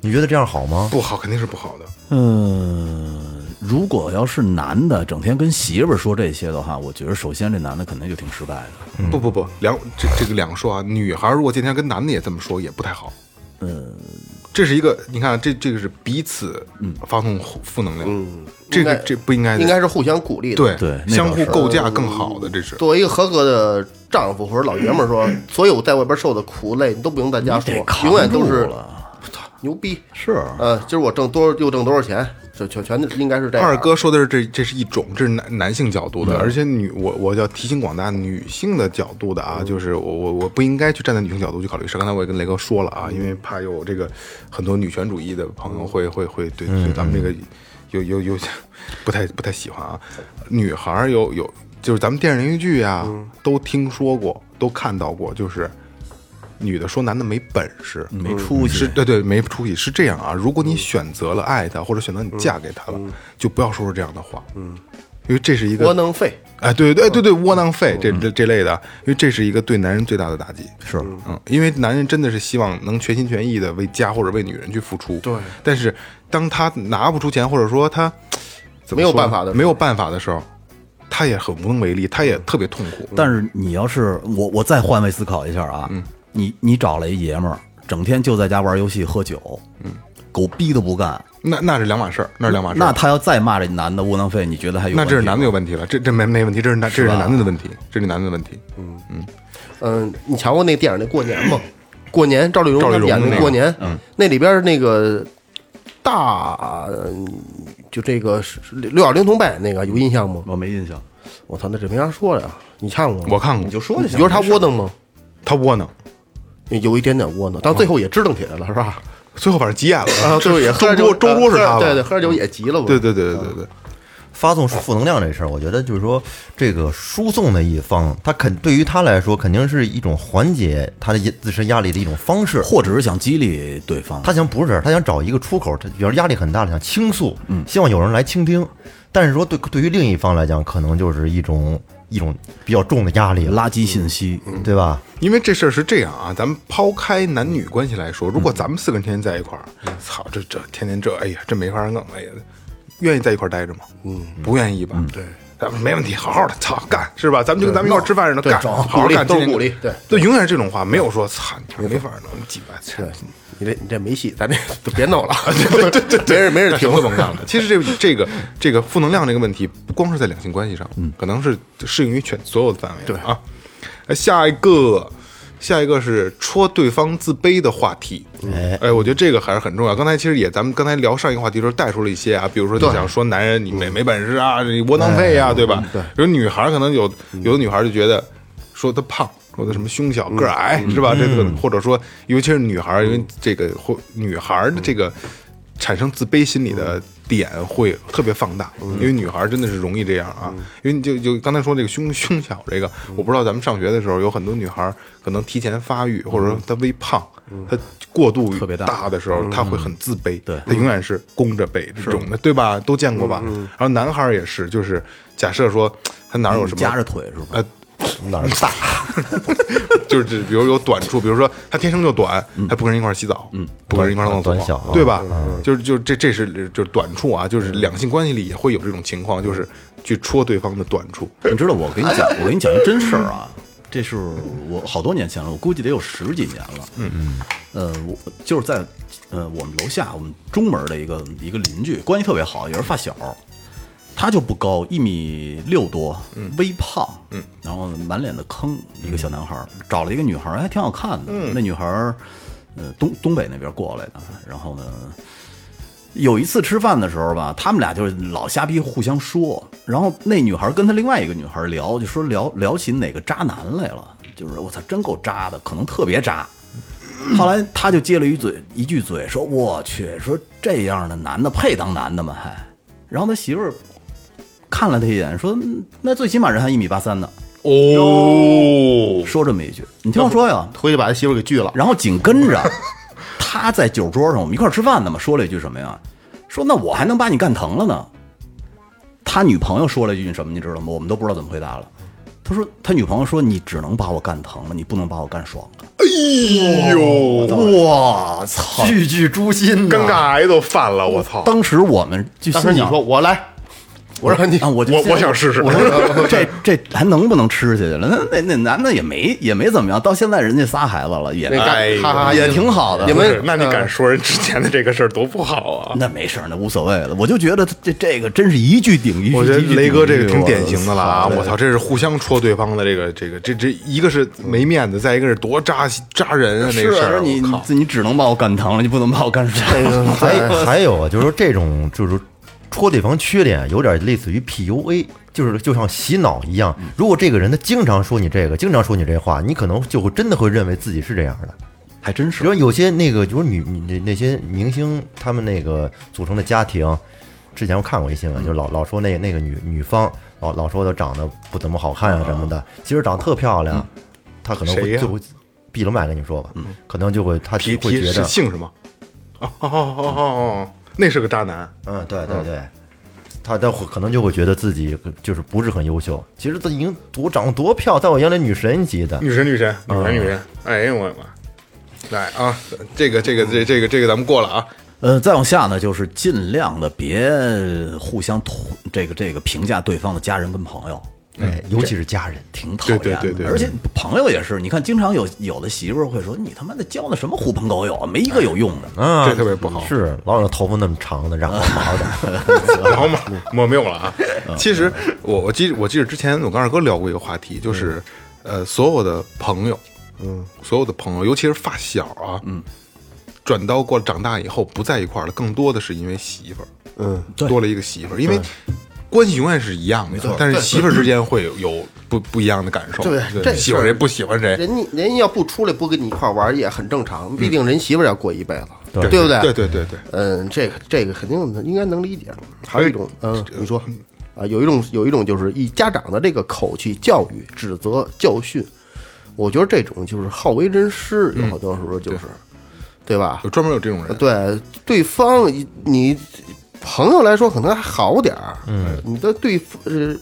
Speaker 5: 你觉得这样好吗？
Speaker 1: 不好肯定是不好的，
Speaker 4: 嗯，如果要是男的整天跟媳妇儿说这些的话，我觉得首先这男的肯定就挺失败的。
Speaker 1: 不不不，两这这个两说啊，女孩如果今天跟男的也这么说，也不太好。嗯，这是一个，你看这这个是彼此发送负能量，嗯，这个
Speaker 2: 应该
Speaker 1: 这不应该的，
Speaker 2: 应该是互相鼓励的。
Speaker 1: 对
Speaker 4: 对那
Speaker 1: 相
Speaker 4: 倒
Speaker 1: 互
Speaker 4: 是
Speaker 1: 构架更好的，这是
Speaker 2: 作为一个合格的丈夫或者老爷们儿说，所有在外边受的苦累，你都不用在家说
Speaker 4: 得，扛
Speaker 2: 永远都是
Speaker 4: 住了
Speaker 2: 牛逼。
Speaker 4: 是
Speaker 2: 呃，今儿我挣多少又挣多少钱，就全全应该是这样。
Speaker 1: 二哥说的是这这是一种，这是男男性角度的，而且女我我要提醒广大女性的角度的啊，就是我我我不应该去站在女性角度去考虑事。刚才我也跟雷哥说了啊，因为怕有这个很多女权主义的朋友会会会对
Speaker 2: 嗯
Speaker 1: 对咱们这个有有有不太不太喜欢啊。女孩儿有有就是咱们电视连续剧啊
Speaker 2: 嗯
Speaker 1: 都听说过，都看到过，就是女的说男的没本事，
Speaker 2: 嗯
Speaker 4: 没出息
Speaker 1: 是对对，没出息是这样啊。如果你选择了爱他，或者选择你
Speaker 2: 嗯
Speaker 1: 嫁给他了，就不要说出这样的话，嗯，因为这是一
Speaker 2: 窝
Speaker 1: 个
Speaker 2: 囊废，嗯
Speaker 1: 哎，对对对对，窝囊废这这这类的，因为这是一个对男人最大的打击，是嗯，因为男人真的是希望能全心全意的为家或者为女人去付出，对，但是当他拿不出钱，或者说他怎么
Speaker 2: 没有
Speaker 1: 说呢
Speaker 2: 办法的时候
Speaker 1: 没有办法的时候，他也很无能为力，他也特别痛苦，
Speaker 4: 嗯
Speaker 2: 嗯
Speaker 4: 但是你要是我，我再换位思考一下啊，
Speaker 1: 嗯
Speaker 4: 你你找了一爷们儿，整天就在家玩游戏喝酒，嗯，狗逼都不干，
Speaker 1: 那那是两码事儿，啊那是两码事儿，
Speaker 4: 那他要再骂这男的窝囊废，你觉得还有？
Speaker 1: 那这是男的有，问题了，这这没没问题，这是男这是
Speaker 4: 吧
Speaker 1: 男的的问题，这是男的的问题。
Speaker 2: 嗯，你瞧过那电影那过年吗？过年赵丽蓉
Speaker 1: 赵丽蓉
Speaker 2: 演
Speaker 1: 的那
Speaker 2: 那嗯
Speaker 1: 个
Speaker 2: 过年，那里边那个大就这个是六小龄童扮演那个有印象吗？
Speaker 4: 我没印象。
Speaker 2: 我操，那这没法说了呀！你看过吗？
Speaker 1: 我看过，
Speaker 4: 说
Speaker 2: 你觉得他窝囊吗？
Speaker 1: 他窝囊，
Speaker 2: 有一点点窝囊，但最后也支棱起来了，是吧？
Speaker 1: 最后反正急眼了。
Speaker 2: 啊，最后也喝
Speaker 1: 周
Speaker 2: 着酒
Speaker 1: 桌周桌是他吧？
Speaker 2: 对对，喝着酒也急了吧？
Speaker 1: 对对对对对对，
Speaker 5: 发送负能量这事儿，我觉得就是说，这个输送的一方，他肯对于他来说，肯定是一种缓解他的自身压力的一种方式。
Speaker 4: 或者是想激励对方，
Speaker 5: 他想不是，他想找一个出口，他比如压力很大了，想倾诉，希望有人来倾听。但是说对对于另一方来讲，可能就是一种一种比较重的压力了，
Speaker 4: 垃圾信息，
Speaker 1: 嗯
Speaker 5: 对吧？
Speaker 1: 因为这事儿是这样啊，咱们抛开男女关系来说，如果咱们四个人天天在一块儿，操，这这天天这，哎呀，这没法弄，哎呀，愿意在一块儿待着吗？嗯，不愿意吧？对。咱们没问题，好好的，操干是吧？咱们就跟咱们一块儿吃饭似的，
Speaker 2: 对
Speaker 1: 干，
Speaker 2: 找
Speaker 1: 好好
Speaker 2: 鼓励
Speaker 1: 干，
Speaker 2: 都
Speaker 1: 今天
Speaker 2: 鼓励对，
Speaker 1: 对，永远是这种话，没有说操，你没法弄，几百次
Speaker 2: 对，你这你这没戏，咱这 就别弄了，对对对， 没人没人
Speaker 1: 那
Speaker 2: 听
Speaker 1: 行了，甭干了。 其实这个这个这个负能量这个问题，不光是在两性关系上，嗯，可能是适用于全所有的范围的啊。哎下一个，下一个是戳对方自卑的话题。哎，我觉得这个还是很重要。刚才其实也咱们刚才聊上一个话题的时候带出了一些啊，比如说就想说男人你没没本事啊，你窝囊废啊，对吧？对。嗯有女孩可能有有的女孩就觉得说她胖。说她什么胸小个儿矮是吧？这个或者说，尤其是女孩，因为这个或女孩的这个产生自卑心理的点会特别放大，因为女孩真的是容易这样啊。因为你就就刚才说这个胸胸小这个，我不知道咱们上学的时候有很多女孩可能提前发育，或者说她微胖，她过度
Speaker 4: 特别大
Speaker 1: 大的时候，她会很自卑，
Speaker 4: 对
Speaker 1: 她永远是弓着背这种的，对吧？都见过吧？然后男孩也是，就是假设说他哪有什么
Speaker 4: 嗯夹着腿是吧？
Speaker 1: 呃，哪儿大？就是指比如有短处，比如说他天生就短，还不跟人一块儿洗澡，嗯，不跟人一块儿弄
Speaker 5: 短
Speaker 1: 澡
Speaker 5: 小啊
Speaker 1: 对吧？
Speaker 2: 嗯
Speaker 1: 就是就是这这是就是短处啊，就是两性关系里也会有这种情况，就是去戳对方的短处。
Speaker 4: 你知道我给你讲，我给你讲一真事儿啊，这是我好多年前了，我估计得有十几年了。嗯嗯，呃，我就是在呃我们楼下我们中门的一个一个邻居，关系特别好，也是发小，他就不高，一米六多，微胖，嗯，然后满脸的坑，一个小男孩儿，找了一个女孩儿，还挺好看的。那女孩儿，呃，东东北那边过来的，然后呢。有一次吃饭的时候吧，他们俩就是老瞎逼互相说，然后那女孩跟她另外一个女孩聊，就说聊聊起哪个渣男来了，就是我操，真够渣的，可能特别渣。后来他就接了一嘴一句嘴，说：“我去，说这样的男的配当男的吗？还。”然后他媳妇儿看了他一眼，说：“嗯那最起码人还一米八三呢。
Speaker 1: 哦”，
Speaker 4: 说这么一句，你听我说呀。
Speaker 2: 回去把他媳妇儿给拒了。
Speaker 4: 然后紧跟着他在酒桌上，我们一块儿吃饭呢嘛，说了一句什么呀？说那我还能把你干疼了呢。他女朋友说了一句什么，你知道吗？我们都不知道怎么回答了。他说他女朋友说你只能把我干疼了，你不能把我干爽了。
Speaker 1: 哎
Speaker 2: 哦
Speaker 1: 呦，
Speaker 4: 我操！
Speaker 5: 句句诛心呐，
Speaker 1: 尴尬癌都犯了，我
Speaker 2: 嗯
Speaker 1: 操！
Speaker 4: 当时我们就
Speaker 2: 当时
Speaker 4: 心
Speaker 2: 你
Speaker 4: 想
Speaker 2: 说我来，我让你
Speaker 4: 啊， 我就
Speaker 1: 我
Speaker 4: 心
Speaker 1: 我想试试
Speaker 4: 我说这这还能不能吃下去了？那那那男的也没也没怎么样，到现在人家仨孩子了，也 啊
Speaker 2: 那干
Speaker 1: 哎呦
Speaker 2: 哈哈
Speaker 4: 也挺好的
Speaker 2: 你
Speaker 1: 不是
Speaker 2: 们
Speaker 1: 那你敢说人之前的这个事儿多不好啊？
Speaker 4: 那没事儿，那无所谓了。我就觉得他这这个真是一句顶一句，
Speaker 1: 我觉得
Speaker 4: 一句顶
Speaker 1: 雷哥这
Speaker 4: 一
Speaker 1: 个
Speaker 4: 句
Speaker 1: 挺典型的了啊！
Speaker 4: 对
Speaker 1: 我操，这是互相戳对方的这个这个这这，一个是没面子，再一个是多扎扎人啊！那
Speaker 4: 是
Speaker 1: 个事
Speaker 4: 啊
Speaker 1: 儿，
Speaker 4: 你
Speaker 1: 我靠！哎
Speaker 4: 你只能把我干疼了，你不能把我干哎伤。
Speaker 5: 还还有啊，就是说这种就是戳对方缺点，有点类似于 PUA，就是就像洗脑一样。
Speaker 1: 嗯
Speaker 5: 如果这个人他经常说你这个，经常说你这话，你可能就会真的会认为自己是这样的。
Speaker 4: 还真
Speaker 5: 比
Speaker 4: 是
Speaker 5: 如有些那个，就是女女那那些明星他们那个组成的家庭，之前我看过一新
Speaker 1: 嗯
Speaker 5: 闻，就是老老说那那个女女方老老说她长得不怎么好看啊什么的，其实长得特漂亮，她可能
Speaker 1: 嗯谁
Speaker 5: 会
Speaker 1: 呀
Speaker 5: 就会闭了麦跟你说吧，可能就会她
Speaker 1: 提
Speaker 5: 会
Speaker 1: 提
Speaker 5: 觉
Speaker 1: 是
Speaker 5: 得，
Speaker 1: 姓什么？哦哦哦哦哦，那是个渣男。
Speaker 5: 嗯，对对对。她她会可能就会觉得自己就是不是很优秀，其实她已经多长得多漂亮，在我眼里女神级的，
Speaker 1: 女神，女神，女神，女神！哎呦我的妈！来啊，这个，这个，这，这个，这个，咱们过了啊。
Speaker 4: 呃，再往下呢，就是尽量的别互相吐这个这个评价对方的家人跟朋友。
Speaker 5: 哎，尤其是家人，
Speaker 4: 挺讨厌的，
Speaker 1: 对对对对
Speaker 4: 而且朋友也是，你看，经常有有的媳妇儿会说：“你他妈的交的什么狐朋狗友啊，没一个有用的。
Speaker 5: 啊，
Speaker 1: 这特别不好
Speaker 5: 是老有头发那么长的染黄毛的，
Speaker 2: 啊
Speaker 1: 然后嘛，
Speaker 2: 嗯
Speaker 1: 我没有了啊。其实我我记我记得之前我跟二哥聊过一个话题，
Speaker 2: 嗯
Speaker 1: 就是呃，所有的朋友，嗯，所有的朋友，尤其是发小啊，嗯，转到过长大以后不在一块儿了，更多的是因为媳妇儿，
Speaker 2: 嗯，
Speaker 4: 对
Speaker 1: 多了一个媳妇儿，因为关系永远是一样的，但是媳妇儿之间会有有不不一样的感受，
Speaker 2: 对这
Speaker 1: 喜欢
Speaker 2: 事
Speaker 1: 谁
Speaker 2: 儿
Speaker 1: 不喜欢谁，
Speaker 2: 人家人家要不出来不跟你一块玩儿也很正常，毕竟人媳妇儿要过一辈子，
Speaker 5: 对
Speaker 2: 不嗯对？
Speaker 1: 对对对对，
Speaker 2: 嗯，这个这个肯定的应该能理解。还有一种，嗯，你说啊，有一种有一种就是以家长的这个口气教育、指责、教训，我觉得这种就是好为人师，有好多时候就是，嗯对吧
Speaker 1: 有？专门有这种 人，
Speaker 2: 对，对方你你朋友来说可能还好点儿，嗯，你的对呃。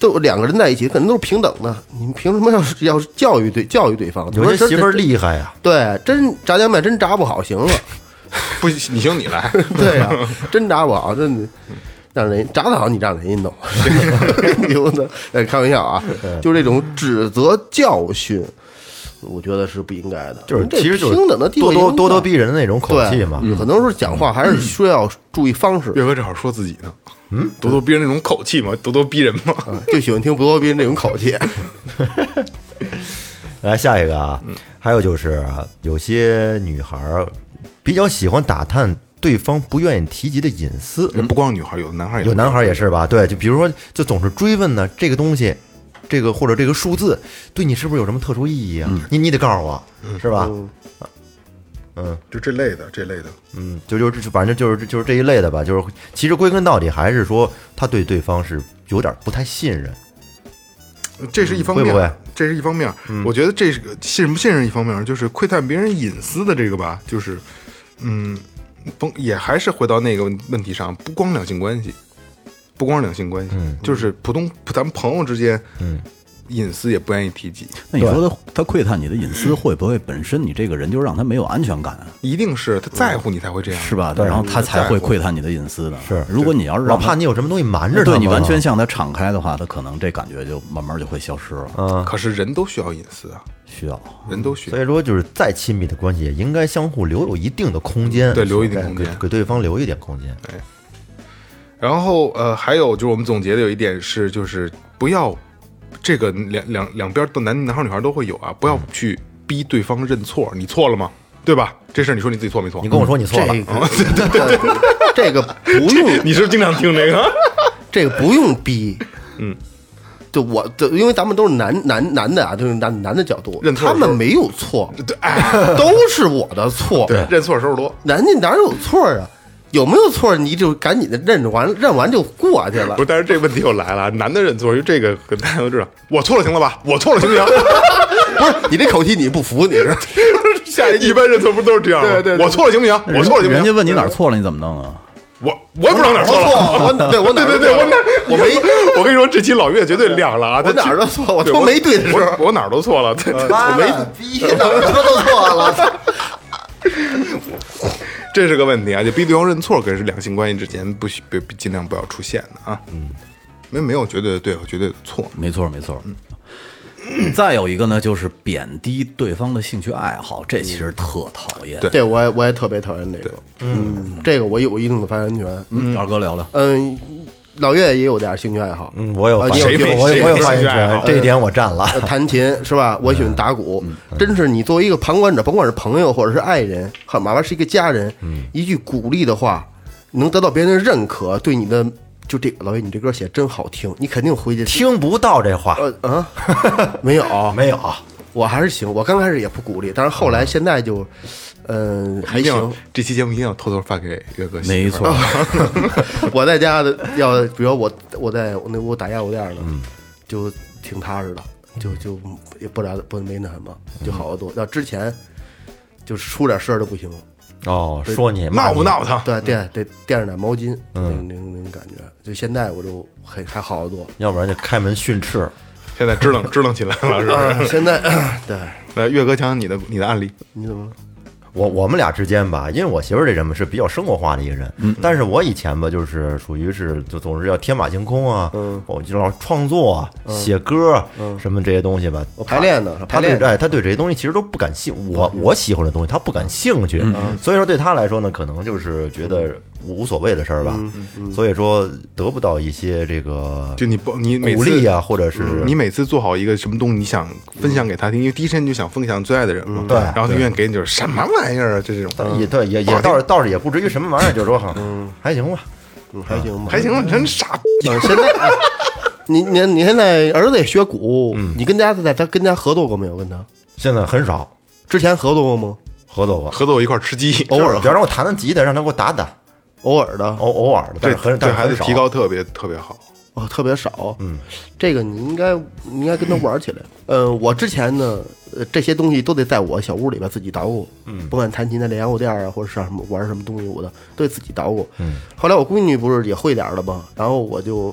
Speaker 2: 都两个人在一起，可能都是平等的。你们凭什么要是要是教育对教育对方？
Speaker 5: 有些媳妇儿
Speaker 2: 厉
Speaker 5: 厉害啊呀、
Speaker 2: 对，真炸酱面真炸不好，行了。
Speaker 1: 不行，你行你来，
Speaker 2: 对呀、真炸不好，真的让人炸得好，你让人家弄， 牛的。哎，开玩笑啊，就是这种指责教训，我觉得是不应该的。
Speaker 5: 就是
Speaker 2: 这
Speaker 5: 其实就是
Speaker 2: 平等的地
Speaker 5: 咄
Speaker 2: 位
Speaker 5: 咄
Speaker 2: 应该
Speaker 5: 咄咄逼人的那种口
Speaker 2: 对嗯
Speaker 5: 气嘛。
Speaker 2: 很多时候讲话还是需要注意方式。
Speaker 1: 岳哥正好说自己呢，嗯，咄咄逼人那种口气嘛，咄咄逼人嘛，
Speaker 2: 就喜欢听咄咄逼人这种口气，
Speaker 5: 来下一个啊，还有就是啊有些女孩儿比较喜欢打探对方不愿意提及的隐私，
Speaker 1: 不光女孩，有的男孩也
Speaker 5: 有
Speaker 1: 会
Speaker 5: 男孩儿也是吧？对，就比如说，就总是追问呢，这个东西，这个或者这个数字，对你是不是有什么特殊意义啊？你你得告诉我，是吧？
Speaker 1: 就这类的，这类的，
Speaker 5: 嗯，就就是就反正就是就是这一类的吧，就是其实归根到底还是说他对对方是有点不太信任，
Speaker 1: 呃这是一方
Speaker 5: 嗯
Speaker 1: 面，啊
Speaker 5: 会不会嗯
Speaker 1: 这是一方面。我觉得这是个信任不信任一方面，就是窥探别人隐私的这个吧，就是，嗯，甭也还是回到那个问问题上，不光两性关系，不光两性关系，
Speaker 5: 嗯
Speaker 1: 就是普通咱们朋友之间，嗯，隐私也不愿意提及，
Speaker 4: 那你说他他窥探你的隐私，会不会本身你这个人就让他没有安全感啊、
Speaker 1: 一定是他在乎你才会这样，
Speaker 4: 是吧？然后他才会窥探你的隐私的。是，如果你要是
Speaker 5: 老
Speaker 4: 让
Speaker 5: 怕
Speaker 4: 他
Speaker 5: 你有什么东西瞒着他啊
Speaker 4: 对
Speaker 5: 嘛。
Speaker 4: 你完全向他敞开的话，他可能这感觉就慢慢就会消失了。
Speaker 1: 可是人都需要隐私啊，
Speaker 4: 需要
Speaker 1: 人都需要
Speaker 5: 所。以说，就是再亲密的关系，也应该相互留有一定的空间，
Speaker 1: 对留一定空间
Speaker 5: 给给对方留一点空间。
Speaker 1: 然后呃，还有就是我们总结的有一点是，就是不要这个两两两边的男男孩女孩都会有啊，不要去逼对方认错，你错了吗？对吧？这事儿你说你自己错没错？
Speaker 5: 你跟我说你错
Speaker 2: 嗯
Speaker 5: 了，
Speaker 2: 这个不用，嗯
Speaker 1: 你是不是经常听这个？
Speaker 2: 这个不用逼，嗯，就我，就因为咱们都是男男男的啊，就是男男的角度
Speaker 1: 认，错的
Speaker 2: 他
Speaker 1: 时候
Speaker 2: 们没有错，
Speaker 1: 对，哎，
Speaker 2: 都是我的错。
Speaker 1: 对，认错时候多。
Speaker 2: 人家哪有错啊？有没有错？你就赶紧的认完，认完就过去了
Speaker 1: 不。是，但是这个问题又来了，男的认错，因为这个跟大家都知道，我错了行了吧？我错了行不行？
Speaker 2: 不是你这口气，你不服你是？
Speaker 1: 下一般认错不都是这样吗？
Speaker 2: 对对对
Speaker 1: 我错了行不行？我错了行不
Speaker 4: 人家
Speaker 1: 行？
Speaker 4: 问你哪儿错了，你怎么弄啊？
Speaker 1: 我我也不知道哪儿错了。
Speaker 2: 我对我哪
Speaker 1: 对
Speaker 2: 儿
Speaker 1: 对对，我哪 我没，我跟你说，这期老岳绝对亮了啊！他
Speaker 2: 我哪儿都错我说没对的时候嗯
Speaker 1: 我我哪儿都错了，对对
Speaker 5: 我没
Speaker 2: 啊
Speaker 5: 逼，怎么都 错了？
Speaker 1: 这是个问题啊！就逼对方认错，可是两性关系之间不许别尽量不要出现的啊。嗯，没没有绝对的对和绝对的错，
Speaker 4: 没错，没错。再有一个呢，就是贬低对方的兴趣爱好，这其实特讨厌。
Speaker 1: 对
Speaker 2: 这我也我也特别讨厌这个，嗯，这个我有一定的发言权。
Speaker 4: 嗯，二哥聊聊，
Speaker 2: 嗯，老岳也有点兴趣爱好，
Speaker 5: 嗯，我有
Speaker 2: 啊
Speaker 5: 发
Speaker 2: 你
Speaker 5: 言
Speaker 2: 有
Speaker 5: 权，
Speaker 2: 兴趣
Speaker 5: 我
Speaker 1: 谁
Speaker 5: 有我有
Speaker 1: 没
Speaker 5: 发言
Speaker 1: 兴趣爱
Speaker 5: 权，
Speaker 1: 好
Speaker 5: 这一点我占了。
Speaker 2: 呃弹琴是吧？我喜欢打鼓，
Speaker 5: 嗯
Speaker 2: 真是你作为一个旁观者，甭管是朋友或者是爱人，很哪怕是一个家人，
Speaker 5: 嗯
Speaker 2: 一句鼓励的话，能得到别人的认可，对你的就这个老岳，你这歌写真好听，你肯定回 去。
Speaker 5: 听不到这话，
Speaker 2: 呃 啊，没有，
Speaker 5: 没有，啊
Speaker 2: 我还是行。我刚开始也不鼓励，但是后来现在就，嗯、还
Speaker 1: 一定要
Speaker 2: 行。
Speaker 1: 这期节目一定要偷偷发给岳哥媳妇儿。
Speaker 4: 没错，
Speaker 2: 我在家的要，比如我我在我那屋打压油店呢，
Speaker 1: 嗯
Speaker 2: 就挺踏实的，就就也不然不没那什么，就好得多。
Speaker 1: 嗯
Speaker 2: 要之前就是出点事儿都不行，
Speaker 5: 哦，说你骂
Speaker 1: 闹
Speaker 5: 你
Speaker 1: 不？闹腾？
Speaker 2: 对，垫得垫着点毛巾，
Speaker 1: 嗯
Speaker 2: 那那那种感觉。就现在我就还还好得多。
Speaker 5: 要不然就开门训斥。
Speaker 1: 现在支棱支棱起来了，是不是？
Speaker 2: 啊，现在对，
Speaker 1: 来，岳哥讲讲你的你的案例，
Speaker 2: 你怎么？
Speaker 5: 我我们俩之间吧，因为我媳妇儿这人嘛是比较生活化的一个人，
Speaker 1: 嗯
Speaker 5: 但是我以前吧就是属于是就总是要天马行空啊，
Speaker 1: 嗯
Speaker 5: 我就老创作、啊、写歌、什么这些东西吧。
Speaker 2: 我排练呢
Speaker 5: 他
Speaker 2: 排练
Speaker 5: 对哎，他对这些东西其实都不感兴，我我喜欢的东西他不感兴趣，
Speaker 1: 嗯
Speaker 5: 嗯所以说对他来说呢，可能就是觉得无所谓的事儿吧，所以说得不到一些这个
Speaker 1: 嗯就你不你每次嗯
Speaker 5: 鼓励啊，或者是
Speaker 1: 你每次做好一个什么东西，你想分享给他听，因为第一时间你就想分享最爱的人
Speaker 2: 嗯
Speaker 1: 嘛。
Speaker 5: 对
Speaker 1: 然后他愿意给你就是什么玩意儿啊，就这种。
Speaker 5: 但也对也也倒是倒是也不至于什么玩意儿，就是说哈，还行吧，
Speaker 2: 嗯还行吧，
Speaker 1: 还行吧，真傻逼。
Speaker 2: 嗯，现在，哎你你你现在儿子也学鼓，
Speaker 1: 嗯
Speaker 2: 你跟家在他跟家合作过没有？跟他
Speaker 5: 现在很少
Speaker 2: 之前合作过吗？
Speaker 5: 合作过。
Speaker 1: 合作我一块儿吃鸡，
Speaker 2: 偶尔
Speaker 5: 比方说我弹弹吉他，让他给我打打，
Speaker 2: 偶尔的
Speaker 5: 偶偶尔的，但
Speaker 1: 对
Speaker 5: 是很但
Speaker 1: 对
Speaker 5: 是
Speaker 1: 孩
Speaker 5: 很
Speaker 1: 子
Speaker 5: 少
Speaker 1: 提高特别特别好。
Speaker 2: 哦，特别少。嗯，这个你应该你应该跟他玩起来。嗯，我之前呢，呃，这些东西都得在我小屋里边自己捣鼓。嗯，不管弹琴的连油垫啊，或者上什么玩什么东西，我的都得自己捣鼓。嗯，后来我闺女不是也会点儿了吗？然后我就，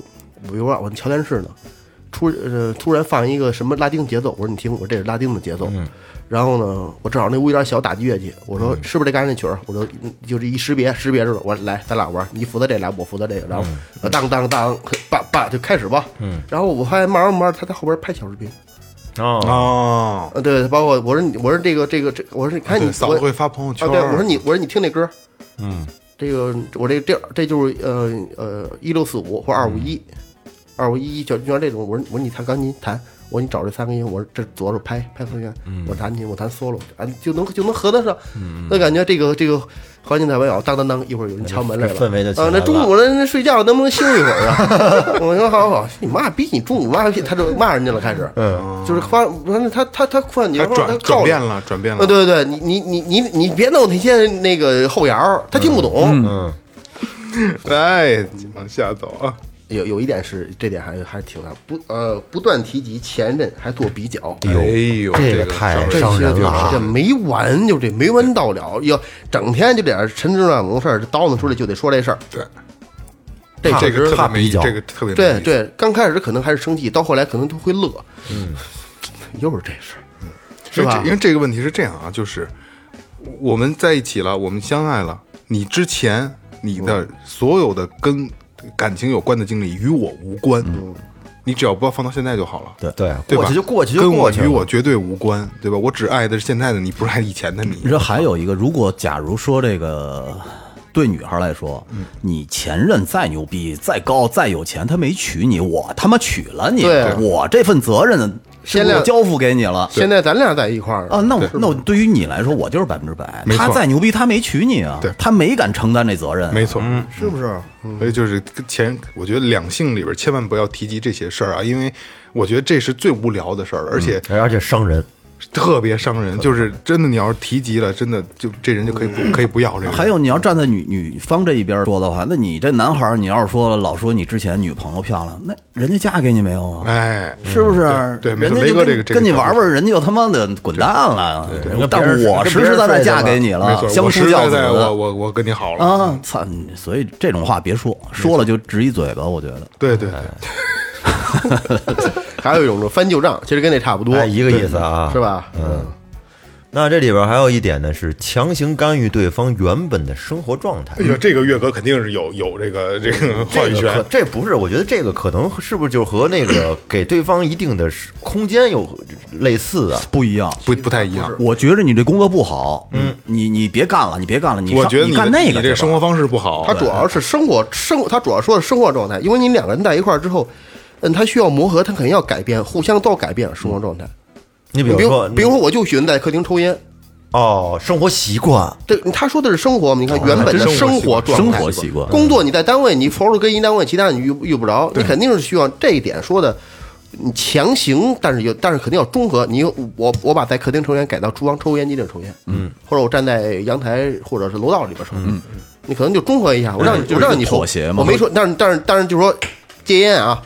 Speaker 2: 比如说我瞧电视呢，突呃突然放一个什么拉丁节奏，我说你听，我说这是拉丁的节奏。然后呢，我正好那屋有点小打击乐器，我说是不是这刚才那曲儿？我说嗯就是一识别识别着了。我说来，咱俩玩，你负责这来，我负责这个，然后呃当当当，叭叭就开始吧。嗯。然后我发现慢慢慢慢，他在后边拍小视频。
Speaker 5: 哦，
Speaker 1: 哦，
Speaker 2: 呃，对，包括我说你，我说这个这个这，我说你哎看你
Speaker 1: 对，嫂
Speaker 2: 我
Speaker 1: 子会发朋友圈。
Speaker 2: 啊，对，我说你，我说你听这歌，嗯，这个我这这这就是呃呃一六四五或二五一，二五一一就就像这种，我说我说你弹钢琴弹，我说你找这三个音，我说这左手拍拍和弦，
Speaker 5: 嗯
Speaker 2: 我弹琴我弹 solo，啊就能就能合得上，那感觉这个这个环境太美好，当当当，一会儿有人敲门来了，
Speaker 5: 氛围就起来
Speaker 2: 啊，那
Speaker 5: 了
Speaker 2: 中午了，人睡觉能不能休息一会儿啊？ 我说好好，你骂逼，你中午骂逼，他就骂人家了，开始，嗯，就是发，完了他他他困，你
Speaker 1: 他
Speaker 2: 说
Speaker 1: 转
Speaker 2: 告
Speaker 1: 转
Speaker 2: 你
Speaker 1: 变了，转变
Speaker 2: 啊，
Speaker 1: 了。
Speaker 2: 对对对，你你你你你别弄那些那个后摇儿，他听不
Speaker 5: 嗯
Speaker 2: 懂。嗯
Speaker 1: 哎，往下走啊。
Speaker 2: 有有一点是这点还还挺大，不呃不断提及前任，还做比较，
Speaker 1: 哎呦，
Speaker 5: 这
Speaker 1: 个
Speaker 5: 个太
Speaker 1: 稍微
Speaker 5: 伤人了
Speaker 2: 这
Speaker 5: 啊，
Speaker 2: 没完，就这没完到了，要整天就点陈芝麻糊事儿，叨弄出来就得说这事儿。
Speaker 1: 对，
Speaker 2: 这
Speaker 5: 个
Speaker 1: 这个特别
Speaker 5: 怕
Speaker 1: 没
Speaker 5: 比
Speaker 1: 意
Speaker 5: 较
Speaker 1: 这个特别没
Speaker 2: 对
Speaker 1: 意思，
Speaker 2: 对，刚开始可能还是生气，到后来可能都会乐。嗯，又是这事儿，是
Speaker 1: 因为这
Speaker 2: 吧
Speaker 1: 因为这个问题是这样啊，就是我们在一起了，我们相爱了，你之前你的所有的跟感情有关的经历与我无关，
Speaker 2: 嗯
Speaker 1: 你只要不要放到现在就好了。
Speaker 5: 对对，
Speaker 1: 对吧
Speaker 5: 过去就过去就
Speaker 1: 跟我
Speaker 5: 过去
Speaker 1: 与
Speaker 5: 了，
Speaker 1: 我绝对无关，对吧？我只爱的是现在的你，不是爱以前的
Speaker 4: 你
Speaker 1: 你。
Speaker 4: 说还有一个，如果假如说这个对女孩来说，
Speaker 1: 嗯
Speaker 4: 你前任再牛逼、再高、再有钱，他没娶你，我他妈娶了你，
Speaker 2: 对
Speaker 4: 我这份责任是不
Speaker 2: 现
Speaker 4: 是
Speaker 2: 在
Speaker 4: 我交付给你了
Speaker 2: 现在咱俩在一块儿呢
Speaker 4: 啊，那我那我对于你来说，我就是百分之百
Speaker 1: 没。错
Speaker 4: 他再牛逼，他没娶你啊
Speaker 1: 对，
Speaker 4: 他没敢承担这责任啊，
Speaker 1: 没错，嗯
Speaker 2: 是不是？
Speaker 1: 所以就是跟前，我觉得两性里边千万不要提及这些事儿啊，因为我觉得这是最无聊的事儿，而且
Speaker 5: 而且伤人。
Speaker 1: 嗯特别伤人。就是真的，你要是提及了，真的就这人就可以不可以不要这个人。
Speaker 4: 嗯还有，你要站在女女方这一边说的话，那你这男孩儿，你要是说老说你之前女朋友漂亮，那人家嫁给你没有啊？
Speaker 1: 哎，
Speaker 4: 是不是？
Speaker 1: 对对没
Speaker 4: 人
Speaker 1: 错雷哥
Speaker 4: 家就跟
Speaker 1: 这个这个
Speaker 4: 跟你
Speaker 1: 想法
Speaker 4: 玩玩，人家就他妈的滚蛋了。但
Speaker 5: 跟别人
Speaker 4: 我
Speaker 5: 跟
Speaker 4: 实
Speaker 5: 别人
Speaker 4: 实在在
Speaker 5: 睡的
Speaker 4: 嫁
Speaker 5: 嘛
Speaker 4: 给你了，
Speaker 1: 没错，
Speaker 4: 相
Speaker 1: 我
Speaker 4: 夫
Speaker 1: 实在
Speaker 4: 教子
Speaker 1: 在我
Speaker 4: 了
Speaker 1: 我我跟你好了。
Speaker 4: 啊！操！所以这种话别说，说了就直一嘴巴。我觉得
Speaker 1: 对对对，
Speaker 2: 还有一种是翻旧账，其实跟那差不多，
Speaker 5: 哎一个意思啊
Speaker 2: 对是吧？嗯，
Speaker 5: 那这里边还有一点呢，是强行干预对方原本的生活状态
Speaker 1: 哎。呦，这个岳哥肯定是有有这个这个话语
Speaker 5: 这个可
Speaker 1: 权。
Speaker 5: 这不是，我觉得这个可能是不是就和那个给对方一定的空间有类似啊？
Speaker 4: 不一样。
Speaker 1: 不不太一样，
Speaker 4: 我觉着你这工作不好，嗯，你你别干了，你别干了，你
Speaker 1: 我
Speaker 4: 上
Speaker 1: 觉得
Speaker 4: 你
Speaker 1: 你
Speaker 4: 干
Speaker 1: 的
Speaker 4: 那
Speaker 1: 你
Speaker 4: 个
Speaker 1: 这
Speaker 4: 去吧
Speaker 1: 生活方式不好。
Speaker 2: 他主要是生活生，他主要说的是生活状态，因为你两个人在一块儿之后，嗯，他需要磨合，他肯定要改变，互相都要改变生活状态。
Speaker 5: 你比
Speaker 2: 比
Speaker 5: 如说，
Speaker 2: 如，比如说，我就喜欢在客厅抽烟。
Speaker 5: 哦，生活习惯，
Speaker 2: 对，他说的是生活嘛？你看原本的
Speaker 1: 真
Speaker 2: 生
Speaker 1: 生
Speaker 2: 活
Speaker 1: 活
Speaker 2: 状态、
Speaker 4: 生活习惯
Speaker 2: 工作你在单位，你除了跟一单位，其他你遇遇不着，你肯定是需要这一点说的。你强行，但是有，但是肯定要中和。你我我把在客厅抽烟改到厨房抽烟机里抽烟，嗯，或者我站在阳台或者是楼道里边抽，嗯，你可能就中和一下，我让你
Speaker 4: 嗯
Speaker 2: 我让你抽
Speaker 4: 妥协嘛
Speaker 2: 我没说，但是但是但是就说戒烟啊，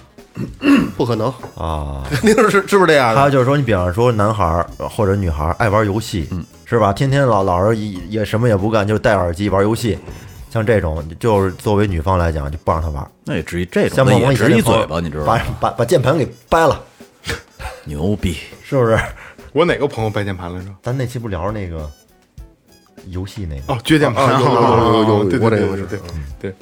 Speaker 2: 不可能
Speaker 5: 啊
Speaker 2: 肯定是是不是这样
Speaker 5: 还有
Speaker 2: 的？
Speaker 5: 就是说，你比方说男孩儿或者女孩儿爱玩游戏，
Speaker 4: 嗯
Speaker 5: 是吧？天天老老是也也什么也不干，就戴耳机玩游戏，像这种就是作为女方来讲，就不让他玩。
Speaker 4: 那也直一这种
Speaker 5: 像
Speaker 4: 的
Speaker 5: 孟
Speaker 4: 也
Speaker 5: 萌以前
Speaker 4: 直
Speaker 5: 那
Speaker 4: 一
Speaker 5: 朋友
Speaker 4: 嘴巴，你知道
Speaker 5: 把
Speaker 4: 吗？
Speaker 5: 把把键盘给掰了，
Speaker 4: 牛逼！
Speaker 5: 是不是？
Speaker 1: 我哪个朋友掰键盘来着？
Speaker 5: 咱那期不聊那个游戏那个？
Speaker 1: 哦，撅键盘，
Speaker 2: 啊有有有有有
Speaker 1: 对
Speaker 2: 我
Speaker 1: 对
Speaker 2: 这
Speaker 1: 对
Speaker 2: 个
Speaker 1: 对
Speaker 2: 是
Speaker 1: 对对，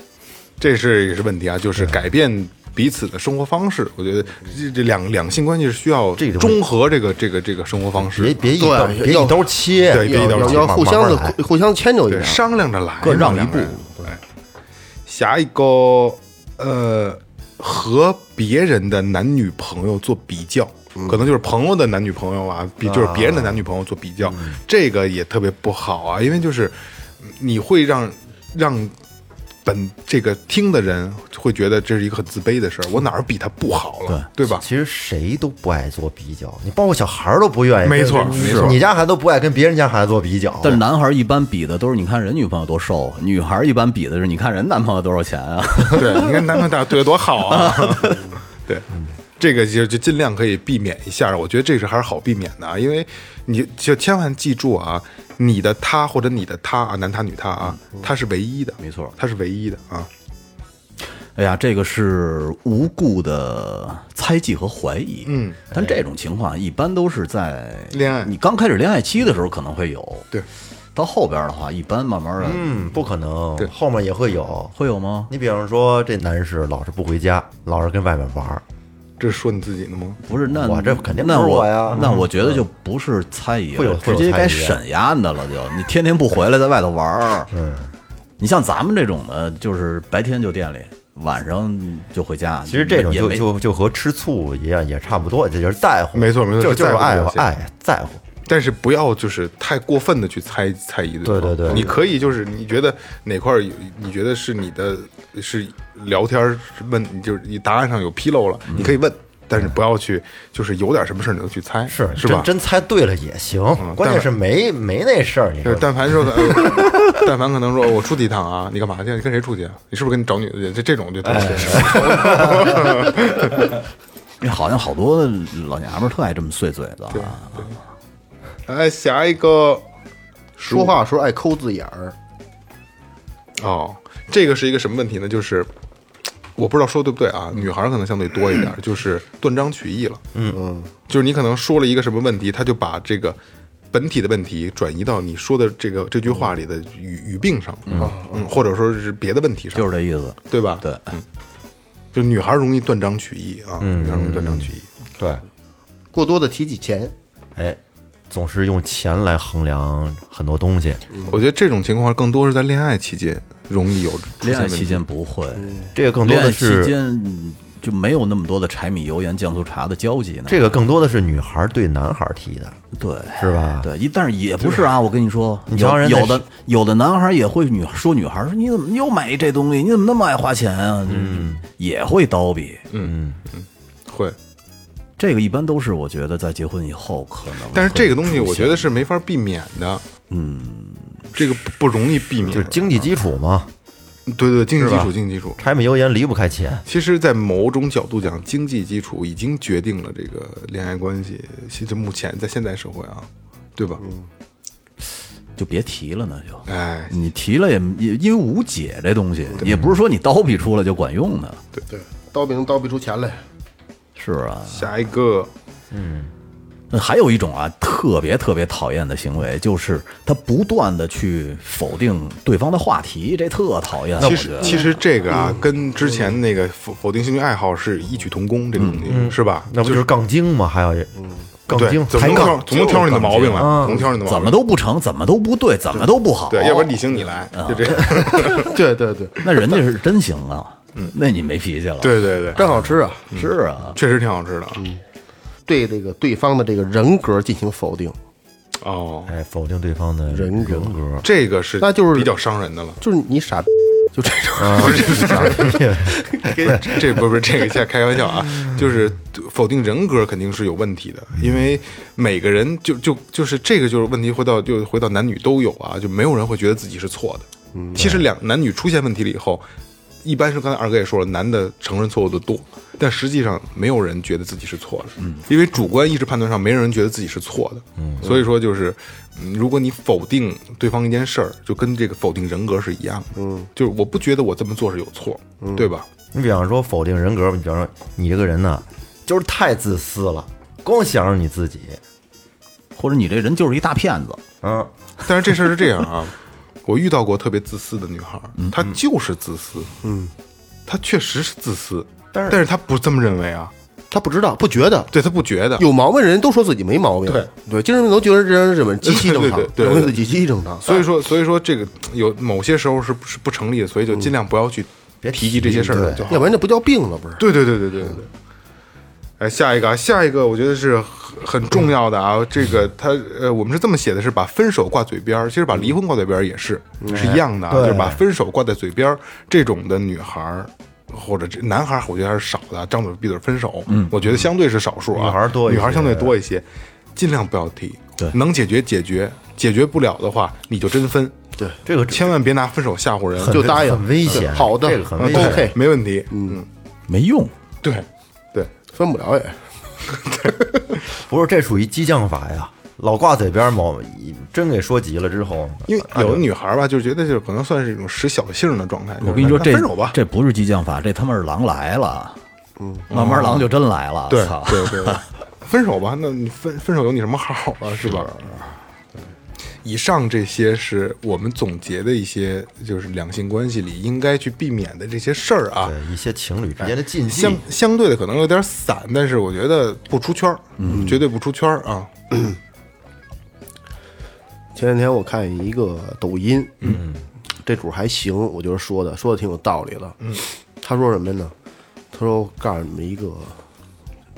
Speaker 1: 这是也是问题啊，就是改变彼此的生活方式。我觉得这这两两性关系是需要
Speaker 5: 这个东西
Speaker 1: 中和这个这个这个生活方
Speaker 5: 别
Speaker 1: 式，
Speaker 5: 别一刀
Speaker 2: 对
Speaker 5: 别
Speaker 2: 要
Speaker 5: 一刀切，
Speaker 1: 对别一刀
Speaker 2: 要
Speaker 1: 切
Speaker 2: 要互相的
Speaker 5: 慢慢来
Speaker 2: 互相迁就一
Speaker 1: 对
Speaker 2: 下，
Speaker 1: 商量着来，
Speaker 4: 各让
Speaker 1: 商
Speaker 4: 一
Speaker 1: 量着来
Speaker 4: 步。
Speaker 1: 对，下一个呃，和别人的男女朋友做比较。
Speaker 4: 嗯
Speaker 1: 可能就是朋友的男女朋友啊，比就是别人的男女朋友做比较，
Speaker 4: 嗯
Speaker 1: 这个也特别不好啊，因为就是嗯你会让让本这个听的人会觉得这是一个很自卑的事儿，我哪儿比他不好了，对吧？
Speaker 5: 其实谁都不爱做比较，你包括小孩儿都不愿意。
Speaker 1: 没错
Speaker 5: 跟
Speaker 1: 没错
Speaker 5: 你家孩子都不爱跟别人家孩子做比较。
Speaker 4: 但是男孩一般比的都是你看人女朋友多瘦，啊女孩一般比的是你看人男朋友多少钱啊。
Speaker 1: 对，你看男朋友对多好啊！对，这个就就尽量可以避免一下，我觉得这是还是好避免的啊，因为你就千万记住啊，你的他或者你的他啊，男他女他啊，
Speaker 5: 嗯
Speaker 1: 他是唯一的，
Speaker 4: 没错
Speaker 1: 他是唯一的啊，
Speaker 4: 哎呀，这个是无故的猜忌和怀疑。
Speaker 1: 嗯，
Speaker 4: 但这种情况一般都是在
Speaker 1: 恋爱
Speaker 4: 你刚开始恋爱期的时候可能会有，
Speaker 1: 对，
Speaker 4: 到后边的话，一般慢慢的、
Speaker 5: 嗯，不可能
Speaker 1: 对，
Speaker 5: 后面也会有。
Speaker 4: 会有吗？
Speaker 5: 你比方说，这男士老是不回家，老是跟外面玩儿，
Speaker 1: 这是说你自己的吗？
Speaker 4: 不是，那
Speaker 5: 我这肯定
Speaker 4: 那
Speaker 5: 不是我
Speaker 4: 我
Speaker 5: 呀
Speaker 4: 那我觉得就不是猜疑了，
Speaker 5: 会有会
Speaker 4: 直
Speaker 5: 有猜
Speaker 4: 接
Speaker 5: 疑啊
Speaker 4: 该审压你的了就，你天天不回来，在外头玩儿。嗯，你像咱们这种的，就是白天就店里，晚上就回家。
Speaker 5: 其实这种
Speaker 4: 嗯也
Speaker 5: 就
Speaker 4: 没
Speaker 5: 就就和吃醋一样，也差不多，这就是在乎。
Speaker 1: 没错没错
Speaker 5: 就是就是
Speaker 1: 在乎
Speaker 5: 爱
Speaker 1: 这
Speaker 5: 护
Speaker 1: 些
Speaker 5: 爱在乎。
Speaker 1: 但是不要就是太过分的去猜猜疑方
Speaker 5: 对对对
Speaker 1: 你可以就是你觉得哪块儿有，你觉得是你的是聊天儿是问，就是你答案上有纰漏了，
Speaker 5: 嗯
Speaker 1: 你可以问，但是不要去就是有点什么事儿你就去猜，
Speaker 5: 是
Speaker 1: 是
Speaker 5: 真
Speaker 1: 吧？嗯
Speaker 5: 真猜对了也行，关
Speaker 1: 但
Speaker 5: 键是没没那事儿，你
Speaker 1: 对
Speaker 5: 说，
Speaker 1: 但凡说，呃 但凡可能说我出去一趟啊，你干嘛去？你跟谁出去啊？你是不是跟你找女的去？这这种就
Speaker 4: 哎
Speaker 1: 特别
Speaker 4: 因为好像好多老娘们儿特爱这么碎嘴子啊。
Speaker 1: 哎，下一个
Speaker 2: 说话的时候爱抠字眼儿，
Speaker 1: 哦，这个是一个什么问题呢？就是我不知道说对不对啊，女孩儿可能相对多一点儿，就是断章取义了。嗯嗯，就是你可能说了一个什么问题，他就把这个本体的问题转移到你说的这个这句话里的语语病上，嗯，或者说是别的问题上，
Speaker 4: 就是这意思。
Speaker 1: 对吧？嗯
Speaker 4: 对，
Speaker 1: 就女孩儿容易断章取义啊，
Speaker 4: 嗯
Speaker 1: 女孩儿容易断章取义。
Speaker 5: 对，
Speaker 2: 过多的提起钱，
Speaker 5: 哎，总是用钱来衡量很多东西。
Speaker 4: 嗯
Speaker 1: 我觉得这种情况更多是在恋爱期间容易有出现
Speaker 4: 恋爱
Speaker 1: 问题
Speaker 4: 期间不会，
Speaker 5: 这个更多
Speaker 4: 恋爱
Speaker 5: 的
Speaker 4: 期
Speaker 5: 是
Speaker 4: 间就没有那么多的柴米油盐酱醋茶的交集呢。
Speaker 5: 这个更多的是女孩对男孩提的，
Speaker 4: 对，
Speaker 5: 是吧
Speaker 4: 哎对，一但是也不是啊，我跟你说，
Speaker 5: 你瞧人
Speaker 4: 有
Speaker 5: 家
Speaker 4: 有的有的男孩也会女说女孩说你怎么又买这东西？你怎么那么爱花钱啊？嗯，也会叨逼。
Speaker 5: 嗯
Speaker 1: 会。
Speaker 4: 这个一般都是我觉得在结婚以后可能，
Speaker 1: 但是这个东西我觉得是没法避免的，嗯，这个不不容易避免，
Speaker 5: 就是经济基础嘛，
Speaker 1: 对对经济基
Speaker 5: 是
Speaker 1: 础，
Speaker 5: 吧
Speaker 1: 经济基础。
Speaker 5: 柴米油盐离不开钱。
Speaker 1: 其实，在某种角度讲，经济基础已经决定了这个恋爱关系。其实目前在现代社会啊，对吧？
Speaker 4: 就别提了呢，就。
Speaker 1: 哎，
Speaker 4: 你提了也也因为无解这东西，也不是说你叨逼出来就管用的，
Speaker 2: 对，刀柄刀逼出钱来，
Speaker 4: 是啊。
Speaker 1: 下一个，
Speaker 4: 那还有一种啊，特别特别讨厌的行为，就是他不断的去否定对方的话题，这特讨厌。啊
Speaker 1: 其
Speaker 4: 我觉
Speaker 1: 实
Speaker 4: 得
Speaker 1: 其实这个啊，跟之前那个否否定兴趣爱好是异曲同工，这个东西是吧？
Speaker 5: 那不就是杠精吗？还有一，
Speaker 4: 嗯
Speaker 5: 杠
Speaker 1: 对
Speaker 5: 精，，
Speaker 1: 总能
Speaker 5: 抬
Speaker 1: 挑
Speaker 5: 杠，
Speaker 1: 总能挑出你的毛病来，总能挑出你的毛病来，
Speaker 4: 怎么都不成，怎么都不对，怎么都不好。
Speaker 2: 哦
Speaker 1: 对，要不然你行你来，
Speaker 2: 嗯
Speaker 1: 就 这样。
Speaker 2: 对对对，
Speaker 4: 那人家是真行啊，嗯，那你没脾气了。，
Speaker 1: 对对 对，
Speaker 2: 真好吃啊！
Speaker 4: 是啊，
Speaker 1: 确实挺好吃的啊。
Speaker 2: 嗯对这个对方的这个人格进行否定，
Speaker 1: 哦，
Speaker 5: 哎，否定对方的
Speaker 2: 人格
Speaker 5: 人格，
Speaker 1: 这个是
Speaker 2: 那就是
Speaker 1: 比较伤人的了。
Speaker 2: 就是你傻逼，就这种。
Speaker 1: 这这不不是这个，现在开玩笑啊，就是否定人格肯定是有问题的，因为每个人就就就是这个就是问题，回到就回到男女都有啊，就没有人会觉得自己是错的。其实两男女出现问题了以后，一般是刚才二哥也说了，男的承认错误的多，但实际上没有人觉得自己是错的，因为主观意识判断上没有人觉得自己是错的，所以说就是。嗯如果你否定对方一件事儿，就跟这个否定人格是一样的。嗯，就是我不觉得我这么做是有错，对吧？
Speaker 5: 你比方说否定人格，你比方说你这个人呢，就是太自私了，光想着你自己，
Speaker 4: 或者你这人就是一大骗子，
Speaker 5: 嗯，
Speaker 1: 但是这事儿是这样啊，我遇到过特别自私的女孩儿，她就是自私，嗯，她确实是自私，但是但是她不这么认为啊，
Speaker 2: 他不知道，不觉得
Speaker 1: 对她不觉得，
Speaker 2: 有毛病，人都说自己没毛病。
Speaker 1: 对
Speaker 2: 对，精神病都觉得这人日本极其正常
Speaker 1: 对对，对对
Speaker 2: 认为
Speaker 1: 对
Speaker 2: 自己极其正常。
Speaker 1: 啊所以说所以说这个有某些时候是不是不成立的，所以就尽量不要去
Speaker 5: 别
Speaker 1: 嗯提及这些事儿
Speaker 5: 提
Speaker 1: 就好
Speaker 2: 要不然这不叫病了，不是？
Speaker 1: 对对对对对对对。哎，下一个啊，下一个我觉得是很很重要的啊。这个他呃，我们是这么写的，是把分手挂嘴边儿，其实把离婚挂嘴边儿也是
Speaker 5: 嗯
Speaker 1: 是一样的啊，
Speaker 5: 哎
Speaker 1: 就是把分手挂在嘴边儿这种的女孩儿或者这男孩儿，我觉得还是少的啊，张嘴闭嘴分手，我觉得相对是少数啊，
Speaker 5: 嗯女孩儿多一
Speaker 1: 女孩
Speaker 5: 些
Speaker 1: 儿
Speaker 5: 哎
Speaker 1: 相对多一些，尽量不要提，对，能解决解决，解决不了的话你就真分，对，
Speaker 5: 这个
Speaker 1: 千万别拿分手吓唬人，
Speaker 5: 很
Speaker 2: 就答应
Speaker 5: 很危险
Speaker 2: 嗯好的
Speaker 5: 这个很危险
Speaker 2: OK，
Speaker 1: 没问题，嗯，
Speaker 4: 没用。
Speaker 1: 对对。
Speaker 2: 分不了也。
Speaker 5: 不是这属于激将法呀，老挂嘴边儿某真给说急了之后，
Speaker 1: 因为有的女孩儿吧，就觉得就是可能算是一种使小性的状态。
Speaker 4: 我跟你说，
Speaker 1: 就是
Speaker 4: 这
Speaker 1: 那分手吧，
Speaker 4: 这不是激将法，这他妈是狼来了。嗯，慢慢狼就真来了。
Speaker 1: 对
Speaker 4: 操
Speaker 1: 对对， 对分手吧，那你分分手有你什么好啊，是吧？以上这些是我们总结的一些，就是两性关系里应该去避免的这些事儿啊。
Speaker 5: 对一些情侣之间的禁忌
Speaker 1: 相，相对的可能有点散，但是我觉得不出圈儿，嗯，绝对不出圈儿啊。
Speaker 2: 前两天我看一个抖音，嗯，这主还行，我觉得说的说的挺有道理的。嗯，他说什么呢？他说我告诉你们一个，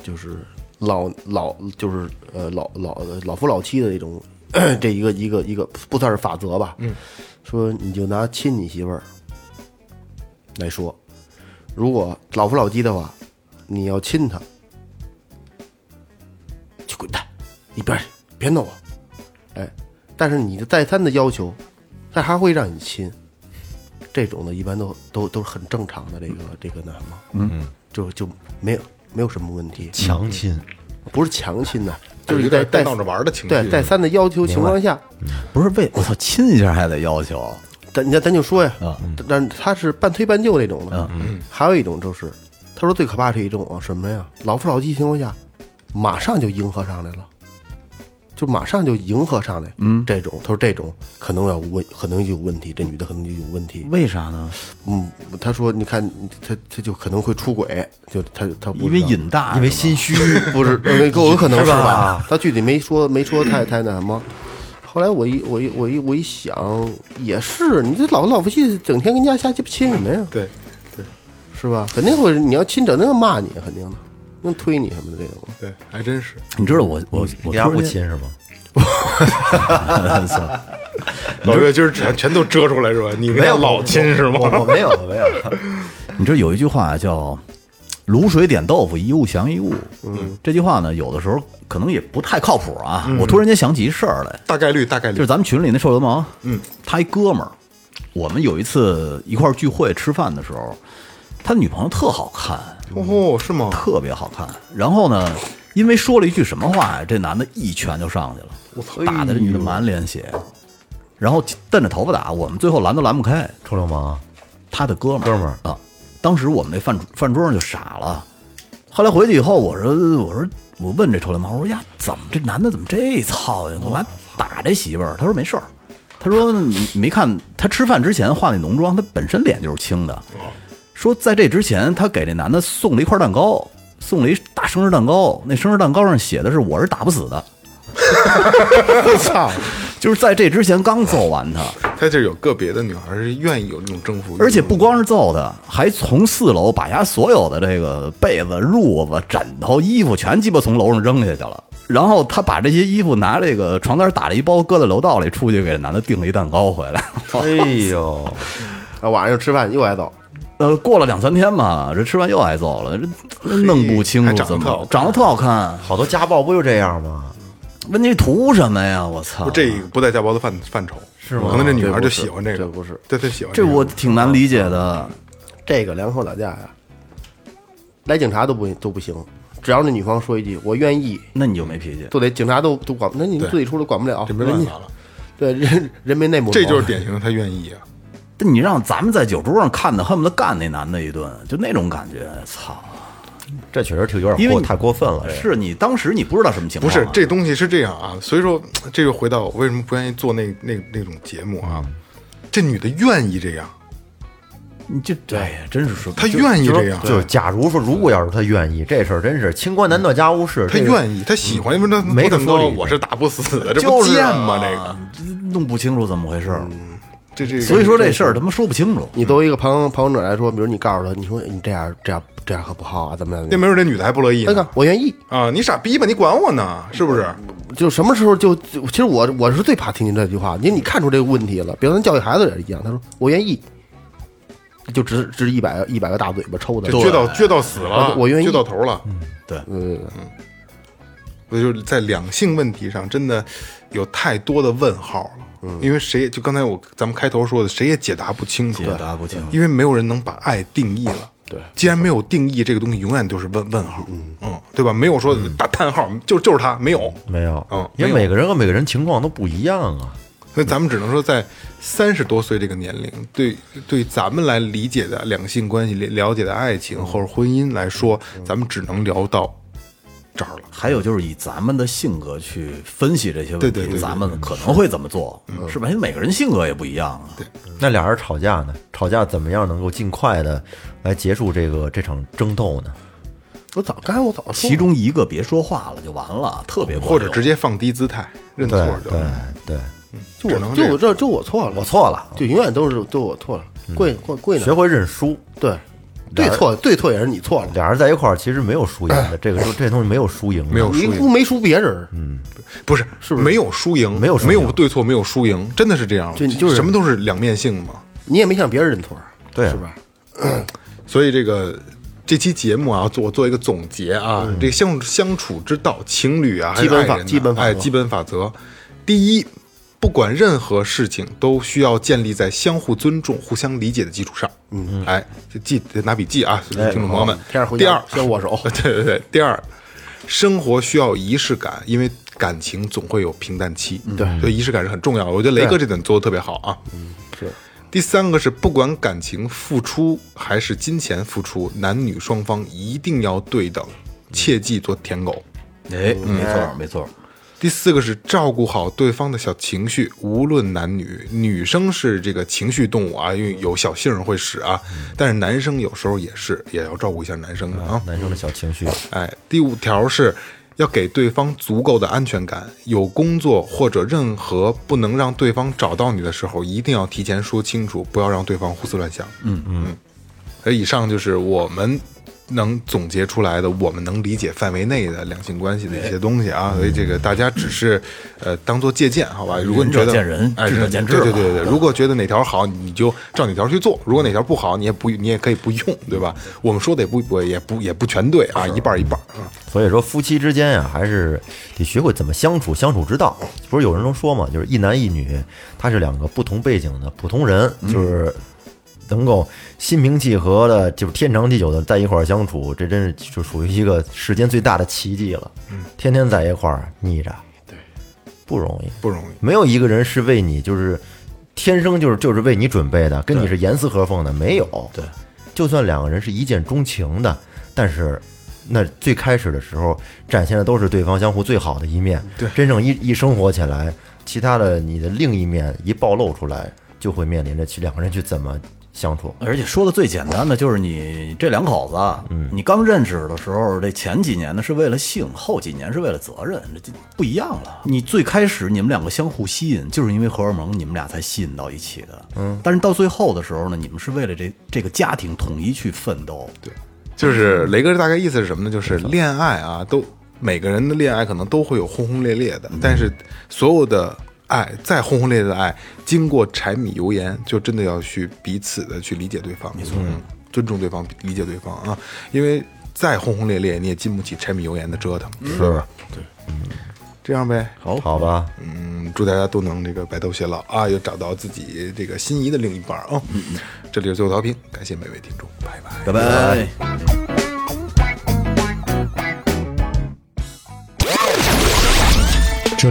Speaker 2: 就是老老就是呃老老老夫老妻的一种这一个一个一个不算是法则吧。嗯，说你就拿亲你媳妇儿来说，如果老夫老妻的话，你要亲她，去滚蛋，一边儿去，别弄我。哎，但是你的再三的要求，他还会让你亲，这种的一般都都都是很正常的这个这个那什么，嗯，就就没有没有什么问题，
Speaker 5: 强亲，
Speaker 2: 不是强亲的，
Speaker 1: 就
Speaker 2: 就是是
Speaker 1: 有
Speaker 2: 在
Speaker 1: 点带
Speaker 2: 在
Speaker 1: 闹着玩儿的情绪。
Speaker 2: 对再三的要求情况下，
Speaker 4: 不是为我操亲一下还得要求，
Speaker 2: 咱咱咱就说呀
Speaker 4: 啊，嗯
Speaker 2: 但他是半推半就那种的，还有一种就是，他说最可怕是一种啊什么呀，老夫老妻情况下，马上就迎合上来了。就马上就迎合上来，嗯，这种他说这种可能要问，可能就有问题，这女的可能就有问题，
Speaker 4: 为啥呢？
Speaker 2: 嗯，他说，你看，他他就可能会出轨，就他他不
Speaker 4: 因为
Speaker 2: 知道
Speaker 4: 瘾大，
Speaker 5: 因为心虚，
Speaker 2: 不 是，呃有可能
Speaker 5: 是
Speaker 2: 是
Speaker 5: 吧
Speaker 2: 吧？他具体没说没说太太那什么。后来我一我一我一我一想，也是，你这老夫老夫妻整天跟家瞎鸡巴亲什么呀？
Speaker 1: 对，
Speaker 2: 是吧？肯定会，你要亲整，那个骂你，肯定的，能推你什么的这种。
Speaker 1: 对，还真是。
Speaker 4: 你知道我我我
Speaker 5: 你俩
Speaker 4: 突
Speaker 5: 不
Speaker 4: 然间
Speaker 5: 亲是吗？
Speaker 1: 老岳今儿全全都遮出来是吧？你跟他老亲是
Speaker 5: 我我
Speaker 1: 吗？
Speaker 5: 没有我没有，
Speaker 4: 你知道有一句话叫“卤水点豆腐，一物降一物”。嗯，这句话呢，有的时候可能也不太靠谱啊。我突然间想起一事儿来，
Speaker 1: 大概率，大概
Speaker 4: 就是
Speaker 1: 率。
Speaker 4: 咱们群里那臭流氓，嗯，他一哥们儿，我们有一次一块儿聚会吃饭的时候，他女朋友特好看，
Speaker 1: 哦，是吗？
Speaker 4: 特别好看。然后呢，因为说了一句什么话呀，这男的一拳就上去了，我哎操，打的这女的满脸血，然后瞪着头发打，我们最后拦都拦不开。
Speaker 5: 臭流氓，
Speaker 4: 他的哥们儿，
Speaker 5: 哥们儿
Speaker 4: 啊。当时我们那饭饭桌上就傻了。后来回去以后，我说我说我问这臭流氓，我说哎呀，怎么这男的怎么这操性，干嘛打这媳妇儿？他说没事儿。他说你你没看他吃饭之前化那浓妆，他本身脸就是青的。说在这之前，他给这男的送了一块蛋糕，送了一大生日蛋糕。那生日蛋糕上写的是“我是打 不死的”。操！就是在这之前刚揍完他，
Speaker 1: 他这有个别的女孩是愿意有那种征服欲，
Speaker 4: 而且不光是揍他，还从四楼把家所有的这个被子、褥子、枕头、衣服全鸡巴从楼上扔下去了。然后他把这些衣服拿这个床单打了一包，搁在楼道里，出去给男的订了一蛋糕回来。
Speaker 5: 哎呦，
Speaker 2: 啊，晚上又吃饭又挨揍，
Speaker 4: 呃，过了两三天吧，这吃完又挨揍了，这弄不清
Speaker 1: 还
Speaker 4: 楚
Speaker 1: 长得
Speaker 4: 怎
Speaker 1: 特好
Speaker 4: 么
Speaker 1: 看
Speaker 4: 长得特好看，
Speaker 5: 好多家暴不就这样吗？
Speaker 4: 问题图什么呀？我操！
Speaker 1: 不这个不在家暴的范范畴，是
Speaker 5: 吗
Speaker 1: 可能这女
Speaker 2: 这
Speaker 1: 孩
Speaker 2: 不
Speaker 1: 就是喜欢这个，
Speaker 2: 这不是
Speaker 1: 对，她喜欢
Speaker 4: 这
Speaker 1: 个
Speaker 4: 我挺难理解的。
Speaker 2: 这个两口打架呀，来警察都不都不行，只要那女方说一句“我愿意
Speaker 4: 那你就没脾气”，。
Speaker 2: 都得警察都都管，那你们自己出来管不了，
Speaker 1: 这没办
Speaker 2: 人
Speaker 1: 法
Speaker 2: 家
Speaker 1: 了，
Speaker 2: 对，人人没内幕，
Speaker 1: 这就是典型的她愿意啊。
Speaker 4: 但你让咱们在酒桌上看的，恨不得干那男的一顿，就那种感觉，操！
Speaker 5: 这确实挺有
Speaker 4: 因
Speaker 5: 点
Speaker 4: 为
Speaker 5: 过
Speaker 4: 你
Speaker 5: 太过分了，
Speaker 4: 是你当时你不知道什么情
Speaker 1: 不
Speaker 4: 况、
Speaker 1: 是，这东西是这样啊，所以说这就回到我为什么不愿意做那那那种节目啊。这女的愿意这样，
Speaker 4: 你这哎呀，真是说
Speaker 1: 她愿意这样，
Speaker 5: 就是假如说，如果要是他愿意，这事儿真是清官难断家务事。
Speaker 1: 她
Speaker 5: 这个
Speaker 1: 愿意，她喜欢，因为她
Speaker 5: 没得
Speaker 1: 怎么
Speaker 5: 说
Speaker 1: 着，
Speaker 5: 理
Speaker 1: 我是打不死的，这不
Speaker 4: 就是
Speaker 1: 贱
Speaker 4: 啊
Speaker 1: 吗？这个，
Speaker 4: 弄不清楚怎么回事儿，
Speaker 1: 这这个，
Speaker 4: 所以说这事儿他妈说不清楚。
Speaker 2: 你作为一个旁旁观者来说，比如你告诉他，你说你这样这样这样可不好啊，怎么样？
Speaker 1: 那没准这女的还不乐意呢
Speaker 2: 那个我愿意，
Speaker 1: 啊！你傻逼吧，你管我呢，是不是？
Speaker 2: 就什么时候就就其实我我是最怕听见这句话，因为你看出这个问题了。比如咱教育孩子也是一样，他说我愿意，就直直一百一百个大嘴巴抽他
Speaker 1: 这。撅到撅到死了，
Speaker 2: 我我愿意
Speaker 1: 撅到头了。
Speaker 4: 对，
Speaker 2: 嗯，
Speaker 1: 我就是在两性问题上真的有太多的问号了。嗯，因为谁也就刚才我咱们开头说的，谁也解答不清楚，
Speaker 4: 解答不清楚
Speaker 1: 因为没有人能把爱定义了。对，既然没有定义，这个东西永远都是问问号，嗯，对吧？没有说打叹号，就就是他没有。
Speaker 5: 没有
Speaker 1: 嗯，
Speaker 5: 因为
Speaker 1: 没
Speaker 5: 每
Speaker 1: 有
Speaker 5: 个人和每个人情况都不一样啊。
Speaker 1: 所以咱们只能说，在三十多岁这个年龄，对对咱们来理解的两性关系、了解的爱情或者婚姻来说，咱们只能聊到这儿了。
Speaker 4: 还有就是以咱们的性格去分析这些问
Speaker 1: 对
Speaker 4: 题，
Speaker 1: 对对对
Speaker 4: 咱们可能会怎么做，是吧？因为每个人性格也不一样啊。对，
Speaker 5: 那俩人吵架呢？吵架怎么样能够尽快的来结束这个这场争斗呢？
Speaker 2: 我早刚才我早说了
Speaker 4: 其中一个别说话了就完了，特别管
Speaker 1: 或
Speaker 4: 用
Speaker 1: 者直接放低姿态认错
Speaker 5: 对
Speaker 1: 就
Speaker 5: 对对，
Speaker 2: 就
Speaker 1: 只能
Speaker 2: 我就我
Speaker 1: 这
Speaker 2: 这就我错了，
Speaker 5: 我错了，嗯
Speaker 2: 就永远都是都我错了，跪跪跪
Speaker 5: 学
Speaker 2: 呢？
Speaker 5: 会认输。
Speaker 2: 对，对错对错也是你错了，
Speaker 5: 俩人在一块儿其实没有输赢 的，这个这这东西没有输赢的，
Speaker 1: 没有输
Speaker 2: 你
Speaker 1: 赢
Speaker 2: 不没输别人，嗯，
Speaker 1: 不是是没有输赢，
Speaker 5: 没有输赢
Speaker 1: 没有对错，没有输赢，真的是这样，
Speaker 2: 就就是
Speaker 1: 什么都是两面性嘛。
Speaker 2: 你也没向别人认错，
Speaker 5: 对
Speaker 2: 是吧？
Speaker 1: 所以这个这期节目啊，做我做一个总结啊，这个相相处之道，情侣啊，还是
Speaker 2: 基本法
Speaker 1: 爱人啊
Speaker 2: 基本法则
Speaker 1: 哎，基本法则，第一，不管任何事情都需要建立在相互尊重、互相理解的基础上。嗯，哎，就记得拿笔记啊，听众朋友们。
Speaker 2: 天上回
Speaker 1: 第
Speaker 2: 家
Speaker 1: 二，
Speaker 2: 先握手
Speaker 1: 对对对，第二，生活需要仪式感，因为感情总会有平淡期，对，所以仪式感是很重要的。我觉得雷哥这点做的特别好啊。嗯，
Speaker 2: 是。
Speaker 1: 第三个是，不管感情付出还是金钱付出，男女双方一定要对等，切忌做舔狗。
Speaker 4: 哎，没错没错，
Speaker 1: 第四个是照顾好对方的小情绪，无论男女，女生是这个情绪动物啊，因为有小性儿会使啊，但是男生有时候也是，也要照顾一下男生的啊。
Speaker 5: 男生的小情绪。
Speaker 1: 哎，第五条是要给对方足够的安全感，有工作或者任何不能让对方找到你的时候，一定要提前说清楚，不要让对方胡思乱想。嗯嗯。那以上就是我们能总结出来的，我们能理解范围内的两性关系的一些东西啊。
Speaker 4: 嗯
Speaker 1: 所以这个大家只是呃当做借鉴，好吧？如果你觉得
Speaker 4: 仁者见仁
Speaker 1: 哎
Speaker 4: 智者见智
Speaker 1: 对对
Speaker 4: 吧
Speaker 1: 对对对。如果觉得哪条好，你就照哪条去做；如果哪条不好，你也不你也可以不用，对吧？我们说的也不不也不也不全对啊，一半儿一半儿。嗯
Speaker 5: 所以说夫妻之间啊，还是得学会怎么相处，相处之道。不是有人都说嘛，就是一男一女，他是两个不同背景的普通人，就是能够心平气和的，就是天长地久的在一块儿相处，这真是就属于一个世间最大的奇迹了。天天在一块儿腻着，对，不容易。
Speaker 1: 不容易。
Speaker 5: 没有一个人是为你就是天生就是就是为你准备的，跟你是严丝合缝的，没有。对，就算两个人是一见钟情的，但是那最开始的时候展现的都是对方相互最好的一面。对，真正一一生活起来，其他的你的另一面一暴露出来，就会面临着去两个人去怎么相处。
Speaker 4: 而且说的最简单的就是你这两口子啊，你刚认识的时候，这前几年呢是为了性，后几年是为了责任，这就不一样了。你最开始你们两个相互吸引，就是因为荷尔蒙，你们俩才吸引到一起的。嗯，但是到最后的时候呢，你们是为了这这个家庭统一去奋斗。对，
Speaker 1: 就是雷哥大概意思是什么呢？就是恋爱啊，都每个人的恋爱可能都会有轰轰烈烈的，但是所有的爱，再轰轰烈烈的爱，经过柴米油盐，就真的要去彼此的去理解对方，没错，尊重对方，理解对方啊，因为再轰轰烈烈，你也经不起柴米油盐的折腾，是不是？对，这样呗。
Speaker 5: 好吧，
Speaker 1: 嗯，祝大家都能这个白头偕老啊，又找到自己这个心仪的另一半啊。这里是最后调频，感谢每位听众，拜拜。
Speaker 4: 拜拜。
Speaker 6: 这